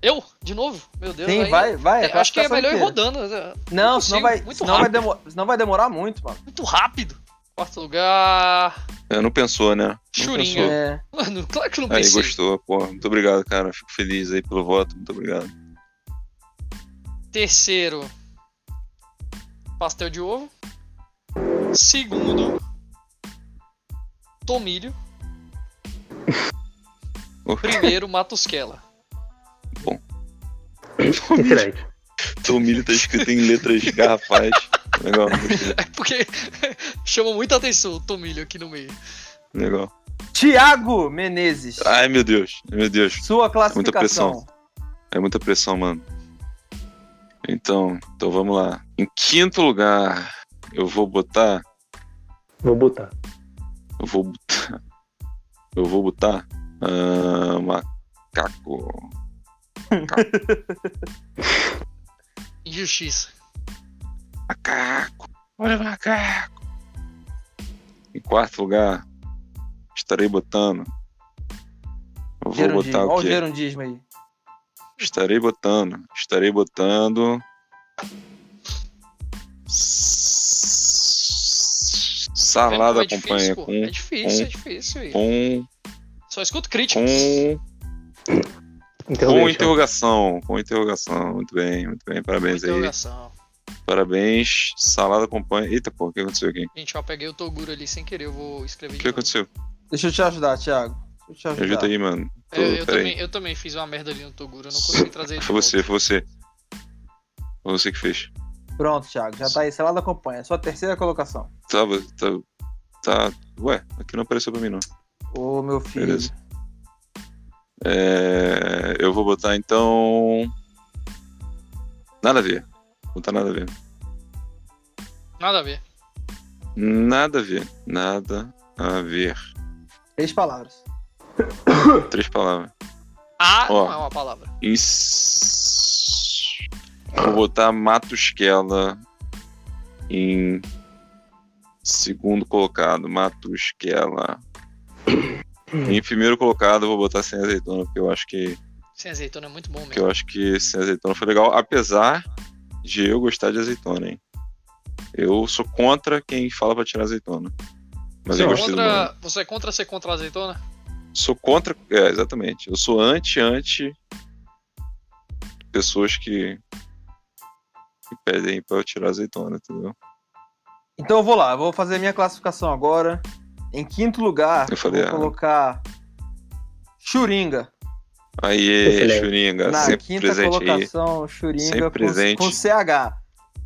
Speaker 2: Eu? De novo? Meu Deus.
Speaker 3: Sim,
Speaker 2: aí-
Speaker 3: vai, vai.
Speaker 2: É, acho que é
Speaker 3: classificação
Speaker 2: melhor ir
Speaker 3: inteira.
Speaker 2: rodando. né?
Speaker 3: tá Não,
Speaker 2: Não consigo,
Speaker 3: senão, vai,
Speaker 2: muito
Speaker 3: senão, vai
Speaker 2: rápido.
Speaker 3: demor- senão vai demorar muito, mano.
Speaker 2: Muito rápido. Quarto lugar.
Speaker 1: É, não pensou, né? Não
Speaker 2: Churinha.
Speaker 1: pensou.
Speaker 3: É.
Speaker 2: Mano, claro que eu não
Speaker 1: Aí,
Speaker 2: pensei.
Speaker 1: Ah, gostou, pô. Muito obrigado, cara. Fico feliz aí pelo voto. Muito obrigado.
Speaker 2: Terceiro, pastel de ovo. Segundo, tomilho.
Speaker 1: Ô,
Speaker 2: Primeiro, matusquela.
Speaker 4: Excelente.
Speaker 1: Teu milho tá escrito em letras garrafais. Legal, gostei.
Speaker 2: É porque chama muita atenção o tomilho aqui no meio.
Speaker 1: Legal.
Speaker 3: Tiago Menezes.
Speaker 1: Ai, meu Deus. Meu Deus.
Speaker 3: Sua classificação.
Speaker 1: pressão. É muita pressão, mano. Então, então vamos lá. Em quinto lugar, eu vou botar
Speaker 4: Vou botar.
Speaker 1: Eu vou botar. Eu vou botar. ah, macaco.
Speaker 2: Injustiça.
Speaker 1: Macaco. Olha o macaco. Em quarto lugar, estarei botando. Eu vou
Speaker 3: Gerundismo.
Speaker 1: botar o
Speaker 3: Olha o
Speaker 1: quê?
Speaker 3: gerundismo aí.
Speaker 1: Estarei botando. Estarei botando. Salada
Speaker 2: É difícil,
Speaker 1: acompanha
Speaker 2: pô.
Speaker 1: com,
Speaker 2: É difícil, é difícil. aí.
Speaker 1: com,
Speaker 2: Só escuto críticos.
Speaker 1: com, com
Speaker 4: Interrogation.
Speaker 1: então- interrogação. Com interrogação. Muito bem, muito bem. Parabéns aí.
Speaker 2: Interrogação.
Speaker 1: Parabéns. Salada acompanha. Eita, pô, o que aconteceu aqui?
Speaker 2: Gente, ó, peguei o Toguro ali sem querer, eu vou escrever
Speaker 1: O
Speaker 2: de
Speaker 1: que
Speaker 2: novo.
Speaker 1: aconteceu?
Speaker 3: Deixa eu te ajudar, Thiago. Deixa eu te
Speaker 1: Me
Speaker 2: Tá.
Speaker 1: ajuda
Speaker 3: ajudar.
Speaker 1: aí, mano. Tô,
Speaker 2: É, Eu, eu
Speaker 1: peraí.
Speaker 2: também, eu também fiz uma merda ali no Toguro, eu não consegui trazer ele. de
Speaker 1: Foi
Speaker 2: volta.
Speaker 1: você, foi você. Foi você que fez.
Speaker 3: Pronto, Thiago. Já tá aí. Selado acompanha. Sua terceira colocação.
Speaker 1: Tá, tá, tá. Ué, aqui não apareceu pra mim, não.
Speaker 3: Ô, meu filho.
Speaker 1: Beleza. É, eu vou botar então. Nada a ver. Vou botar nada a ver.
Speaker 2: Nada a ver.
Speaker 1: Nada a ver. Nada a ver.
Speaker 3: Três palavras.
Speaker 1: Três palavras.
Speaker 2: Ah,
Speaker 1: Ó.
Speaker 2: não é uma palavra.
Speaker 1: Ins... Vou botar Matusquela em segundo colocado. Matusquela. Em primeiro colocado, eu vou botar sem azeitona, porque eu acho que
Speaker 2: Sem azeitona é muito bom
Speaker 1: Porque
Speaker 2: mesmo.
Speaker 1: eu acho que sem azeitona foi legal, apesar de eu gostar de azeitona, hein? Eu sou contra quem fala pra tirar azeitona. Mas
Speaker 2: Você é
Speaker 1: eu gostei do
Speaker 2: contra,
Speaker 1: nome.
Speaker 2: você é contra ser contra a azeitona?
Speaker 1: Sou contra. É, exatamente. Eu sou anti-anti pessoas que, que pedem pra eu tirar azeitona, entendeu?
Speaker 3: Então eu vou lá, eu vou fazer a minha classificação agora. Em quinto lugar,
Speaker 1: Eu falei
Speaker 3: vou
Speaker 1: errado.
Speaker 3: colocar Churinga.
Speaker 1: Aí,
Speaker 4: Excelente.
Speaker 1: Churinga,
Speaker 3: Na
Speaker 1: sempre
Speaker 3: quinta
Speaker 1: é presente aí.
Speaker 3: colocação, Churinga
Speaker 1: Sempre
Speaker 3: com,
Speaker 1: presente. É.
Speaker 3: com CH.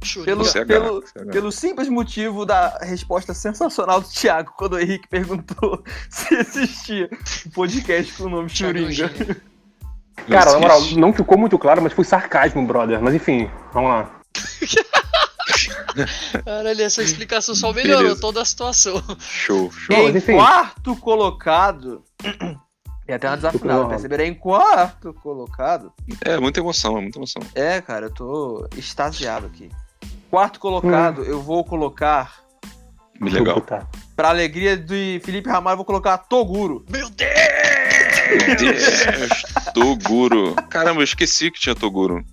Speaker 2: Churinga.
Speaker 3: Pelo,
Speaker 1: Com CH,
Speaker 3: pelo,
Speaker 1: com CH.
Speaker 3: pelo simples motivo da resposta sensacional do Thiago quando o Henrique perguntou se existia um podcast com o nome
Speaker 2: Thiago
Speaker 3: Churinga.
Speaker 2: Eugênio.
Speaker 4: Cara, na moral,
Speaker 1: Existe.
Speaker 4: não ficou muito claro, mas foi sarcasmo, brother. Mas enfim, vamos lá.
Speaker 2: Caralho, essa explicação só melhorou
Speaker 1: Beleza.
Speaker 2: toda a situação.
Speaker 1: Show, show.
Speaker 4: Bom, mas
Speaker 3: Em
Speaker 4: enfim.
Speaker 3: quarto colocado. E até uma desafinada,
Speaker 4: Não.
Speaker 3: perceberam? Em quarto colocado.
Speaker 1: É muita emoção, é muita emoção.
Speaker 3: É, cara, eu tô extasiado aqui. Quarto colocado, eu vou colocar.
Speaker 1: Muito legal.
Speaker 4: Puta.
Speaker 3: Pra alegria de Felipe Ramalho, eu vou colocar Toguro.
Speaker 2: Meu Deus!
Speaker 1: Meu Deus, Toguro. Caramba, eu esqueci que tinha Toguro.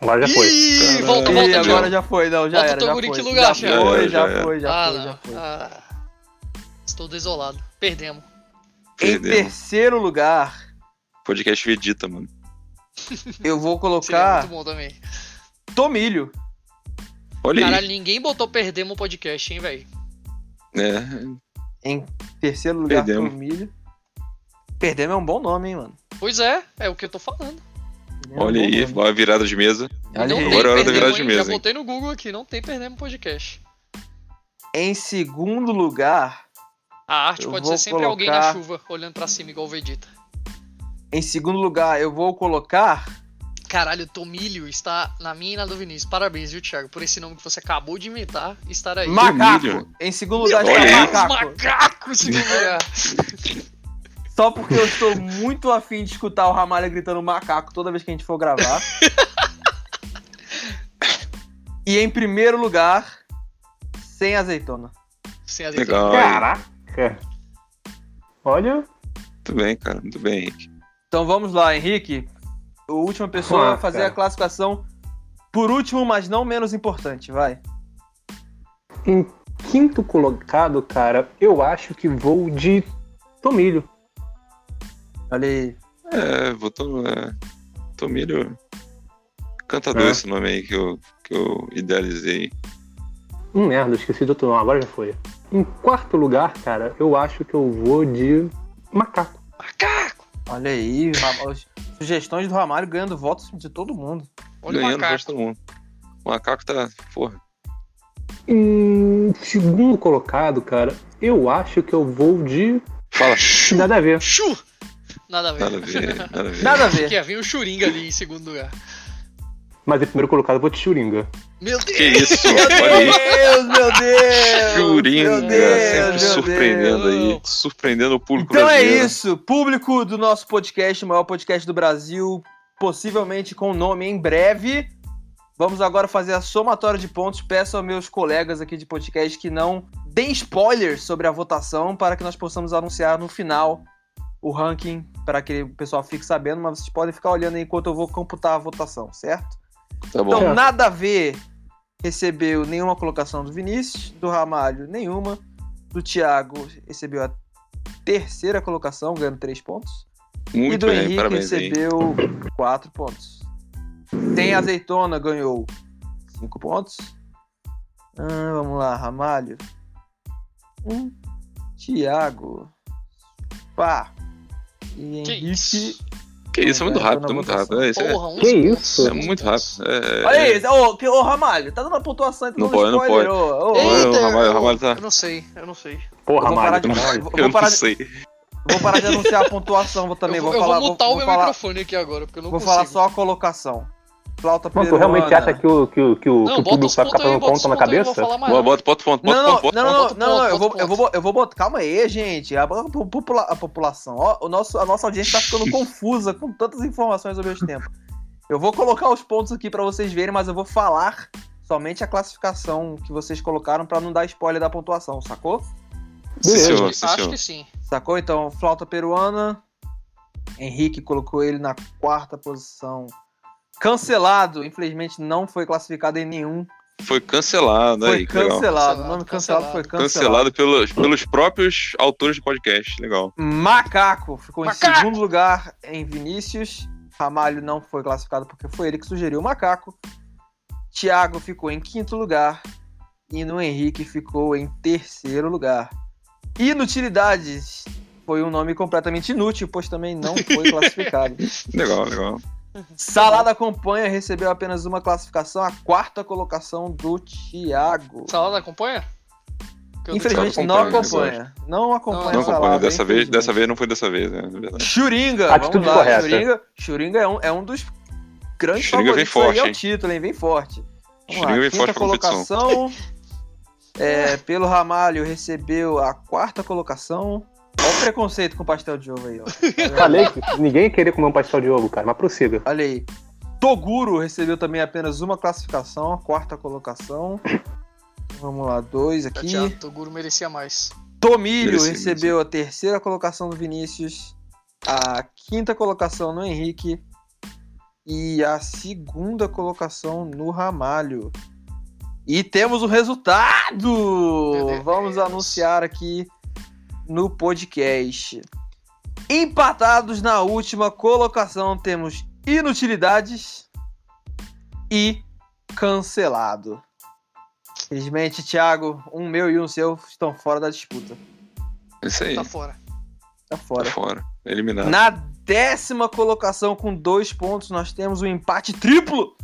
Speaker 4: Agora já foi.
Speaker 2: Ih,
Speaker 1: Caralho.
Speaker 2: volta,
Speaker 3: Ih,
Speaker 2: volta,
Speaker 1: Thiago.
Speaker 3: agora já foi, não,
Speaker 2: Volta
Speaker 3: já
Speaker 2: o
Speaker 3: era. Já
Speaker 2: Toguro em
Speaker 3: foi,
Speaker 2: que lugar,
Speaker 3: já
Speaker 1: Thiago?
Speaker 3: foi, já
Speaker 1: Já era.
Speaker 3: foi, já
Speaker 2: ah,
Speaker 3: foi,
Speaker 2: não.
Speaker 3: já foi.
Speaker 2: Ah, estou desolado. Perdemos.
Speaker 3: Em
Speaker 1: Perdemos.
Speaker 3: terceiro lugar,
Speaker 1: Podcast Vegeta, mano.
Speaker 3: eu vou
Speaker 2: Seria
Speaker 3: colocar
Speaker 2: muito bom também.
Speaker 3: Tomilho.
Speaker 1: Olha
Speaker 2: Caralho, ninguém botou perdemos o podcast, hein, velho?
Speaker 1: aí. É,
Speaker 3: Em terceiro lugar,
Speaker 1: Perdemos.
Speaker 3: Tomilho. Perdemos é um bom nome, hein, mano.
Speaker 2: Pois é, é o que eu tô falando.
Speaker 3: É um
Speaker 1: olha
Speaker 3: bom
Speaker 1: aí,
Speaker 3: nome.
Speaker 1: ó, a virada de mesa.
Speaker 3: Olha
Speaker 2: não
Speaker 3: aí.
Speaker 2: tem
Speaker 1: Agora é hora da
Speaker 2: perdemos,
Speaker 1: virada de
Speaker 2: hein?
Speaker 1: mesa,
Speaker 2: Já
Speaker 1: hein?
Speaker 2: botei no Google aqui, não tem perdemos podcast.
Speaker 3: Em segundo lugar,
Speaker 2: A arte
Speaker 3: Eu
Speaker 2: pode
Speaker 3: vou
Speaker 2: ser sempre alguém na
Speaker 3: colocar-
Speaker 2: chuva, olhando pra cima igual o Vegeta.
Speaker 3: em segundo lugar, eu vou colocar
Speaker 2: Caralho, Tomilho está na minha e na do Vinícius. Parabéns, viu, Thiago, por esse nome que você acabou de inventar estar aí.
Speaker 3: Macaco. Em segundo lugar,
Speaker 1: Olha aí.
Speaker 3: está Macaco.
Speaker 2: macaco, se não olhar.
Speaker 3: Só porque eu estou muito afim de escutar o Ramalho gritando macaco toda vez que a gente for gravar. e em primeiro lugar, sem azeitona.
Speaker 2: Sem a letra.
Speaker 1: Legal. aí.
Speaker 4: Caraca. Olha.
Speaker 1: Muito bem, cara. Muito bem, Henrique.
Speaker 3: Então vamos lá, Henrique. A última pessoa
Speaker 4: Ah,
Speaker 3: vai fazer
Speaker 4: cara.
Speaker 3: a classificação por último, mas não menos importante, vai.
Speaker 4: Em quinto colocado, cara, eu acho que vou de tomilho.
Speaker 3: Olha aí.
Speaker 1: É, botou. É, Tomilho. Cantador
Speaker 4: É.
Speaker 1: esse nome aí que eu, que eu idealizei.
Speaker 4: Hum, merda, esqueci do outro nome, agora já foi. Em quarto lugar, cara, eu acho que eu vou de macaco.
Speaker 2: Macaco!
Speaker 3: Olha aí, Ramalho. As Sugestões do Ramalho ganhando votos de todo mundo.
Speaker 2: Olha o
Speaker 1: ganhando o
Speaker 2: macaco.
Speaker 1: resto do mundo. O macaco tá. Porra.
Speaker 4: Em segundo colocado, cara, eu acho que eu vou de.
Speaker 1: Fala.
Speaker 4: Nada a ver.
Speaker 2: Chu! Nada a ver.
Speaker 1: Nada a ver, nada a ver.
Speaker 3: Nada a
Speaker 2: Que
Speaker 3: ver.
Speaker 2: ia vir o Churinga ali em segundo lugar.
Speaker 4: Mas em primeiro colocado eu vou de Churinga.
Speaker 2: Meu Deus!
Speaker 1: Que isso, olha aí.
Speaker 3: Deus, meu Deus!
Speaker 1: Juringa,
Speaker 3: meu Deus,
Speaker 1: sempre
Speaker 3: meu
Speaker 1: surpreendendo
Speaker 2: Deus.
Speaker 1: aí, surpreendendo o público
Speaker 3: Então é
Speaker 1: brasileiro.
Speaker 3: isso, público do nosso podcast, o maior podcast do Brasil, possivelmente com nome em breve. Vamos agora fazer a somatória de pontos. Peço aos meus colegas aqui de podcast que não deem spoilers sobre a votação para que nós possamos anunciar no final o ranking para que o pessoal fique sabendo, mas vocês podem ficar olhando aí enquanto eu vou computar a votação, certo?
Speaker 1: Tá bom.
Speaker 3: Então,
Speaker 4: Certo.
Speaker 3: nada a ver recebeu nenhuma colocação do Vinícius, do Ramalho, nenhuma. Do Thiago recebeu a terceira colocação, ganhando três pontos. e
Speaker 1: Muito
Speaker 3: do
Speaker 1: bem,
Speaker 3: Henrique
Speaker 1: parabéns aí.
Speaker 3: recebeu quatro pontos. Tem Azeitona, ganhou cinco pontos. Ah, vamos lá, Ramalho. Um. Thiago. Pá. E
Speaker 2: Que
Speaker 3: Henrique.
Speaker 2: isso?
Speaker 1: Que isso, é muito
Speaker 3: Cara, eu tô
Speaker 1: rápido,
Speaker 3: na
Speaker 1: muito
Speaker 3: votação.
Speaker 1: rápido. É, isso é,
Speaker 2: Porra, um uns
Speaker 4: Que isso?
Speaker 1: é muito rápido. É,
Speaker 3: Olha aí, ô, que- ô, Ramalho, tá dando uma pontuação, então
Speaker 1: Não pode, não
Speaker 3: spoiler, ô, ô.
Speaker 1: Ei, Olha, o
Speaker 2: Eita,
Speaker 1: Ramalho- o
Speaker 2: eu-
Speaker 1: Ramalho tá-
Speaker 2: Eu não sei, eu não sei.
Speaker 4: Porra,
Speaker 3: vou parar
Speaker 4: Mário.
Speaker 3: de-
Speaker 1: Ramalho.
Speaker 3: vou-
Speaker 1: é, eu
Speaker 3: vou
Speaker 1: não
Speaker 3: parar de-
Speaker 1: sei.
Speaker 3: Vou parar de anunciar a pontuação, vou também.
Speaker 2: eu vou,
Speaker 3: Vou,
Speaker 2: eu vou
Speaker 3: falar,
Speaker 2: mutar o
Speaker 3: vou,
Speaker 2: meu
Speaker 3: falar,
Speaker 2: microfone aqui agora, porque eu não
Speaker 3: vou
Speaker 2: consigo.
Speaker 3: falar só a colocação. Flauta
Speaker 4: Mano, tu
Speaker 3: peruana.
Speaker 4: realmente acha que o, que o, que o,
Speaker 2: Não,
Speaker 4: que
Speaker 2: bota
Speaker 4: o público
Speaker 2: os
Speaker 4: vai ficar
Speaker 2: pontos aí,
Speaker 4: fazendo
Speaker 2: bota os
Speaker 4: conta um na
Speaker 2: pontos aí, eu vou
Speaker 4: cabeça?
Speaker 2: falar mais
Speaker 1: Boa,
Speaker 2: rápido.
Speaker 1: bota ponto, ponto,
Speaker 3: Não,
Speaker 1: ponto,
Speaker 3: não,
Speaker 1: ponto,
Speaker 3: não,
Speaker 1: ponto.
Speaker 3: não,
Speaker 2: ponto,
Speaker 3: não, não,
Speaker 2: ponto,
Speaker 3: eu vou,
Speaker 2: ponto,
Speaker 3: eu vou, eu vou botar. Calma aí, gente. A, popula- a população, ó, o nosso, a nossa audiência tá ficando confusa com tantas informações ao mesmo tempo. Eu vou colocar os pontos aqui pra vocês verem, mas eu vou falar somente a classificação que vocês colocaram pra não dar spoiler da pontuação, sacou?
Speaker 1: Sim,
Speaker 4: Beleza.
Speaker 1: senhor, sim,
Speaker 2: Acho
Speaker 1: senhor.
Speaker 2: que sim.
Speaker 3: Sacou? Então, flauta peruana. Henrique colocou ele na quarta posição. Cancelado. Infelizmente, não foi classificado em nenhum.
Speaker 1: Foi cancelado
Speaker 3: foi
Speaker 1: aí, que legal.
Speaker 3: cancelado.
Speaker 2: Cancelado,
Speaker 3: O nome cancelado, foi cancelado.
Speaker 1: Cancelado pelos, pelos próprios autores de podcast. Legal.
Speaker 3: Macaco ficou em
Speaker 2: Macaco!
Speaker 3: segundo lugar em Vinícius. Ramalho não foi classificado porque foi ele que sugeriu o macaco. Thiago ficou em quinto lugar. E no Henrique ficou em terceiro lugar. Inutilidades foi um nome completamente inútil, pois também não foi classificado.
Speaker 1: Legal, legal.
Speaker 3: Salada acompanha, recebeu apenas uma classificação, a quarta colocação do Thiago.
Speaker 2: Salada acompanha? Que eu
Speaker 3: Infelizmente
Speaker 1: Salada
Speaker 3: não
Speaker 2: né?
Speaker 1: acompanha,
Speaker 3: acompanha. Não acompanha
Speaker 1: Não
Speaker 3: a Salada.
Speaker 1: acompanho. Dessa vez,
Speaker 3: infelizmente.
Speaker 1: dessa vez não foi dessa vez, né? Na verdade.
Speaker 3: Churinga,
Speaker 4: Atitude
Speaker 3: vamos lá.
Speaker 4: correta.
Speaker 3: Churinga, Churinga é, um, é um dos grandes
Speaker 1: Churinga vem
Speaker 3: favoritos aí
Speaker 1: forte,
Speaker 3: ao
Speaker 1: hein?
Speaker 3: título, hein? Vem forte. Vamos
Speaker 1: Churinga
Speaker 3: lá,
Speaker 1: vem
Speaker 3: quinta
Speaker 1: forte pra competição.
Speaker 3: colocação. É, pelo Ramalho recebeu a quarta colocação. Olha o preconceito com o pastel de ovo aí, ó.
Speaker 4: Falei que ninguém ia querer comer um pastel de ovo, cara, mas prossiga.
Speaker 3: Olha aí. Toguro recebeu também apenas uma classificação, a quarta colocação. Vamos lá, dois
Speaker 2: tô
Speaker 3: aqui.
Speaker 2: chateado, Toguro merecia mais.
Speaker 3: Tomilho
Speaker 1: Merecido,
Speaker 3: recebeu a terceira colocação do Vinícius, a quinta colocação no Henrique e a segunda colocação no Ramalho. E temos o
Speaker 2: Meu
Speaker 3: resultado!
Speaker 2: Deus.
Speaker 3: Vamos anunciar aqui no podcast. Empatados na última colocação temos Inutilidades e Cancelado. Felizmente, Thiago, um meu e um seu estão fora da disputa.
Speaker 1: Isso aí.
Speaker 2: Tá fora.
Speaker 1: Tá
Speaker 3: Tá fora.
Speaker 1: fora. Eliminado.
Speaker 3: Na décima colocação, com dois pontos, nós temos um empate triplo.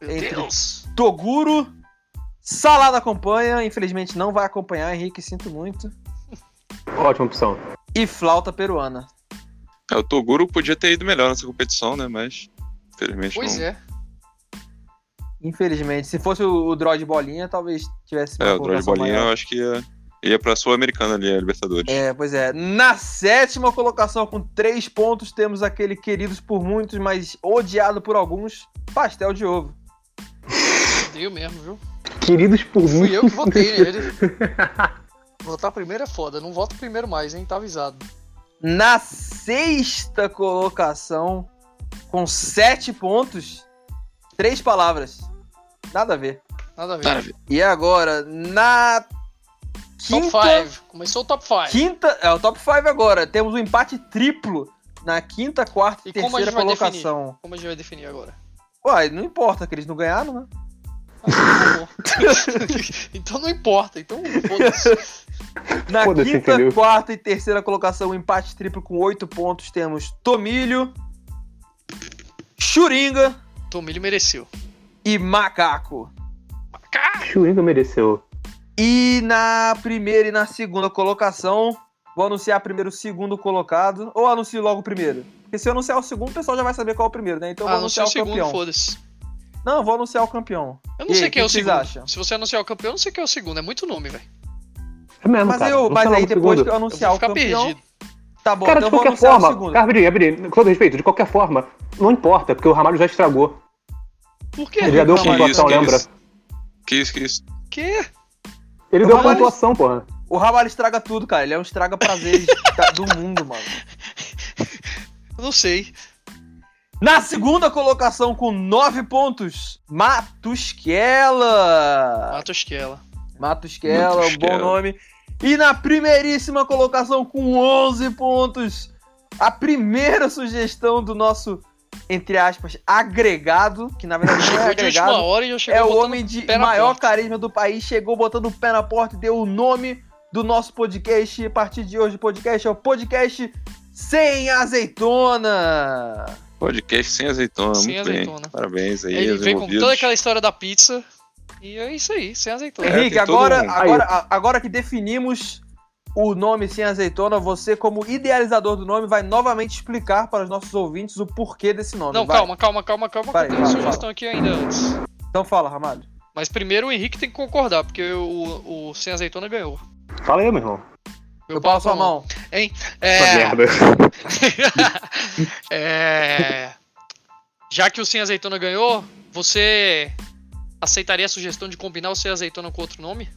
Speaker 2: Meu
Speaker 3: Entre-
Speaker 2: Deus.
Speaker 3: Toguro, Salada acompanha. Infelizmente, não vai acompanhar, Henrique, sinto muito.
Speaker 4: Ótima opção.
Speaker 3: E Flauta Peruana.
Speaker 1: É, o Toguro podia ter ido melhor nessa competição, né? Mas, infelizmente,
Speaker 2: Pois
Speaker 1: não.
Speaker 2: é.
Speaker 3: Infelizmente, se fosse o, o Draw de Bolinha, talvez tivesse uma
Speaker 1: É, o Drone de
Speaker 3: colocação
Speaker 1: Bolinha
Speaker 3: maior.
Speaker 1: eu acho que ia, ia pra Sul-Americana ali, a Libertadores.
Speaker 3: É, pois é. Na sétima colocação, com três pontos, temos aquele querido por muitos, mas odiado por alguns, Pastel de Ovo.
Speaker 2: Deu mesmo, viu?
Speaker 4: Queridos
Speaker 3: Uhum.
Speaker 4: por
Speaker 2: Fui
Speaker 4: mim.
Speaker 2: eu que votei nele. Votar primeiro é foda. Não voto primeiro mais, hein? Tá avisado.
Speaker 3: Na sexta colocação, com sete pontos, três palavras. Nada a ver.
Speaker 2: Nada a ver.
Speaker 3: E agora, na
Speaker 2: Top
Speaker 3: quinta.
Speaker 2: 5. Começou o top 5.
Speaker 3: Quinta. É o top 5 agora. Temos um empate triplo na quinta, quarta e,
Speaker 2: E como a
Speaker 3: terceira
Speaker 2: gente vai
Speaker 3: colocação.
Speaker 2: Como a gente vai definir agora?
Speaker 3: Uai, não importa que eles não ganharam, né?
Speaker 2: Ah, tá bom. então não importa. Então foda-se.
Speaker 3: Na
Speaker 4: Foda-se,
Speaker 3: quinta,
Speaker 4: entendeu?
Speaker 3: quarta e terceira colocação, um empate triplo com oito pontos, temos Tomilho, Churinga
Speaker 2: Tomilho mereceu.
Speaker 3: e Macaco.
Speaker 4: Churinga mereceu.
Speaker 3: E na primeira e na segunda colocação, vou anunciar primeiro o segundo colocado, ou anuncio logo o primeiro? Porque se eu anunciar o segundo, o pessoal já vai saber qual é o primeiro, né? Então eu
Speaker 2: ah,
Speaker 3: vou
Speaker 2: não sei o
Speaker 3: anunciar o
Speaker 2: segundo,
Speaker 3: campeão.
Speaker 2: foda-se.
Speaker 3: Não, eu vou anunciar o campeão.
Speaker 2: Eu
Speaker 3: E
Speaker 2: não sei
Speaker 3: aí,
Speaker 2: quem é o
Speaker 3: que vocês
Speaker 2: segundo.
Speaker 3: acham?
Speaker 2: Se você anunciar o campeão, eu não sei quem é o segundo. É muito nome, velho.
Speaker 4: É mesmo,
Speaker 3: Mas,
Speaker 4: cara.
Speaker 3: eu,
Speaker 4: Vamos
Speaker 3: mas
Speaker 4: falar
Speaker 3: aí
Speaker 4: do
Speaker 3: depois
Speaker 4: segundo.
Speaker 3: que eu
Speaker 2: Eu vou
Speaker 3: anunciar
Speaker 2: ficar
Speaker 3: é o campeão.
Speaker 2: perdido.
Speaker 3: Tá bom,
Speaker 4: cara,
Speaker 3: então
Speaker 4: de
Speaker 3: eu vou
Speaker 4: qualquer
Speaker 3: anunciar o
Speaker 4: forma,
Speaker 3: segundo.
Speaker 4: cara, Abri, Abri, com todo respeito, de qualquer forma, não importa, porque o Ramalho já estragou.
Speaker 2: Por
Speaker 3: é
Speaker 2: quê?
Speaker 4: Ele já deu
Speaker 3: tá
Speaker 2: Não,
Speaker 1: Que
Speaker 4: pontuação,
Speaker 2: mas-
Speaker 1: isso, que
Speaker 4: lembra?
Speaker 1: isso. Que isso, que isso.
Speaker 2: Quê?
Speaker 4: Ele
Speaker 3: O
Speaker 4: deu
Speaker 3: Ramalho-
Speaker 4: pontuação, porra.
Speaker 3: O Ramalho estraga tudo, cara. Ele é um estraga prazeres da- do mundo, mano.
Speaker 2: Eu não sei.
Speaker 3: Na segunda colocação, com nove pontos, Matusquela.
Speaker 2: Matos Kela.
Speaker 3: Matusquela, um bom
Speaker 1: Matusquela.
Speaker 3: nome. E na primeiríssima colocação, com 11 pontos, a primeira sugestão do nosso, entre aspas, agregado, que na verdade não é
Speaker 2: Chegou de última
Speaker 3: agregado,
Speaker 2: hora e já chegou
Speaker 3: é o
Speaker 2: botando-
Speaker 3: homem de
Speaker 2: pé na
Speaker 3: maior
Speaker 2: porta.
Speaker 3: carisma do país, chegou botando o pé na porta e deu o nome do nosso podcast. E a partir de hoje, o podcast é o podcast sem azeitona.
Speaker 1: Podcast sem azeitona.
Speaker 2: Sem
Speaker 1: muito bem.
Speaker 2: azeitona.
Speaker 1: Parabéns aí,
Speaker 2: Ele
Speaker 1: aos
Speaker 2: vem com
Speaker 1: envolvidos.
Speaker 2: toda aquela história da pizza. E é isso aí, sem azeitona.
Speaker 1: É.
Speaker 3: Henrique,
Speaker 1: tem todo
Speaker 3: agora,
Speaker 1: um-
Speaker 3: agora, a- agora que definimos o nome sem azeitona, você, como idealizador do nome, vai novamente explicar para os nossos ouvintes o porquê desse nome.
Speaker 2: Não,
Speaker 3: Vai.
Speaker 2: calma, calma, calma, calma,
Speaker 3: Vai,
Speaker 2: que eu tenho
Speaker 3: vai,
Speaker 2: uma
Speaker 3: vai.
Speaker 2: sugestão aqui ainda antes.
Speaker 3: Então fala, Ramalho.
Speaker 2: Mas primeiro o Henrique tem que concordar, porque o, o Sem Azeitona ganhou.
Speaker 4: Fala aí, meu irmão.
Speaker 3: Eu, passo a mão.
Speaker 4: Essa
Speaker 2: É.
Speaker 4: merda.
Speaker 2: é. Já que o Sem Azeitona ganhou, você aceitaria a sugestão de combinar o Sem Azeitona com outro nome?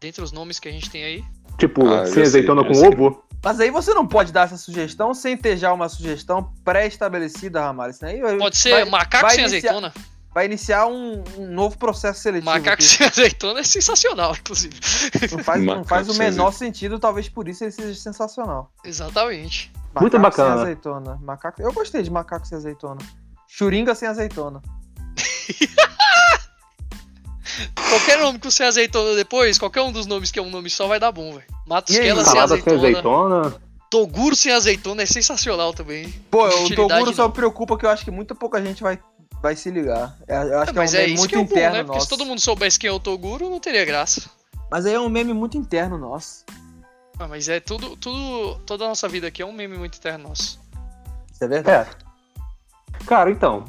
Speaker 2: Dentre os nomes que a gente tem aí.
Speaker 4: Tipo,
Speaker 1: Ah, eu
Speaker 4: sem
Speaker 1: sei,
Speaker 4: azeitona
Speaker 1: eu
Speaker 4: com
Speaker 1: sei.
Speaker 4: ovo.
Speaker 3: Mas aí você não pode dar essa sugestão sem ter já uma sugestão pré-estabelecida, Ramalho. Isso aí vai-
Speaker 2: Pode ser
Speaker 3: vai,
Speaker 2: Macaco Sem
Speaker 3: iniciar-
Speaker 2: Azeitona.
Speaker 3: vai iniciar um, um novo processo seletivo.
Speaker 2: Macaco
Speaker 3: que
Speaker 2: Sem Azeitona é sensacional, inclusive.
Speaker 3: não faz, não
Speaker 1: Macaco
Speaker 3: faz o
Speaker 1: sem
Speaker 3: menor sentido, talvez por isso ele seja sensacional.
Speaker 2: Exatamente.
Speaker 4: Muito
Speaker 3: Macaco
Speaker 4: bacana.
Speaker 3: Sem azeitona. Macaco... Eu gostei de macaco sem azeitona. Churinga sem azeitona.
Speaker 2: Qualquer nome que o Sem Azeitona depois, qualquer um dos nomes que é um nome só vai dar bom, velho. Matos
Speaker 3: E aí,
Speaker 2: Kela Sem
Speaker 4: Salada sem
Speaker 2: Azeitona.
Speaker 4: azeitona.
Speaker 2: Toguro sem azeitona é sensacional também.
Speaker 3: Pô, o
Speaker 2: Utilidade
Speaker 3: Toguro só
Speaker 2: não.
Speaker 3: me preocupa que eu acho que muito pouca gente vai, vai se ligar. É, Eu acho
Speaker 2: Mas
Speaker 3: que é um
Speaker 2: é
Speaker 3: meme
Speaker 2: isso
Speaker 3: muito
Speaker 2: que é o bom,
Speaker 3: interno
Speaker 2: né? Porque
Speaker 3: nosso.
Speaker 2: se todo mundo soubesse quem é o Toguro, não teria graça.
Speaker 3: Mas aí é um meme muito interno nosso.
Speaker 2: Ah, mas é tudo, tudo. Toda a nossa vida aqui é um meme muito interno nosso.
Speaker 3: Isso é verdade.
Speaker 4: É. Cara, então.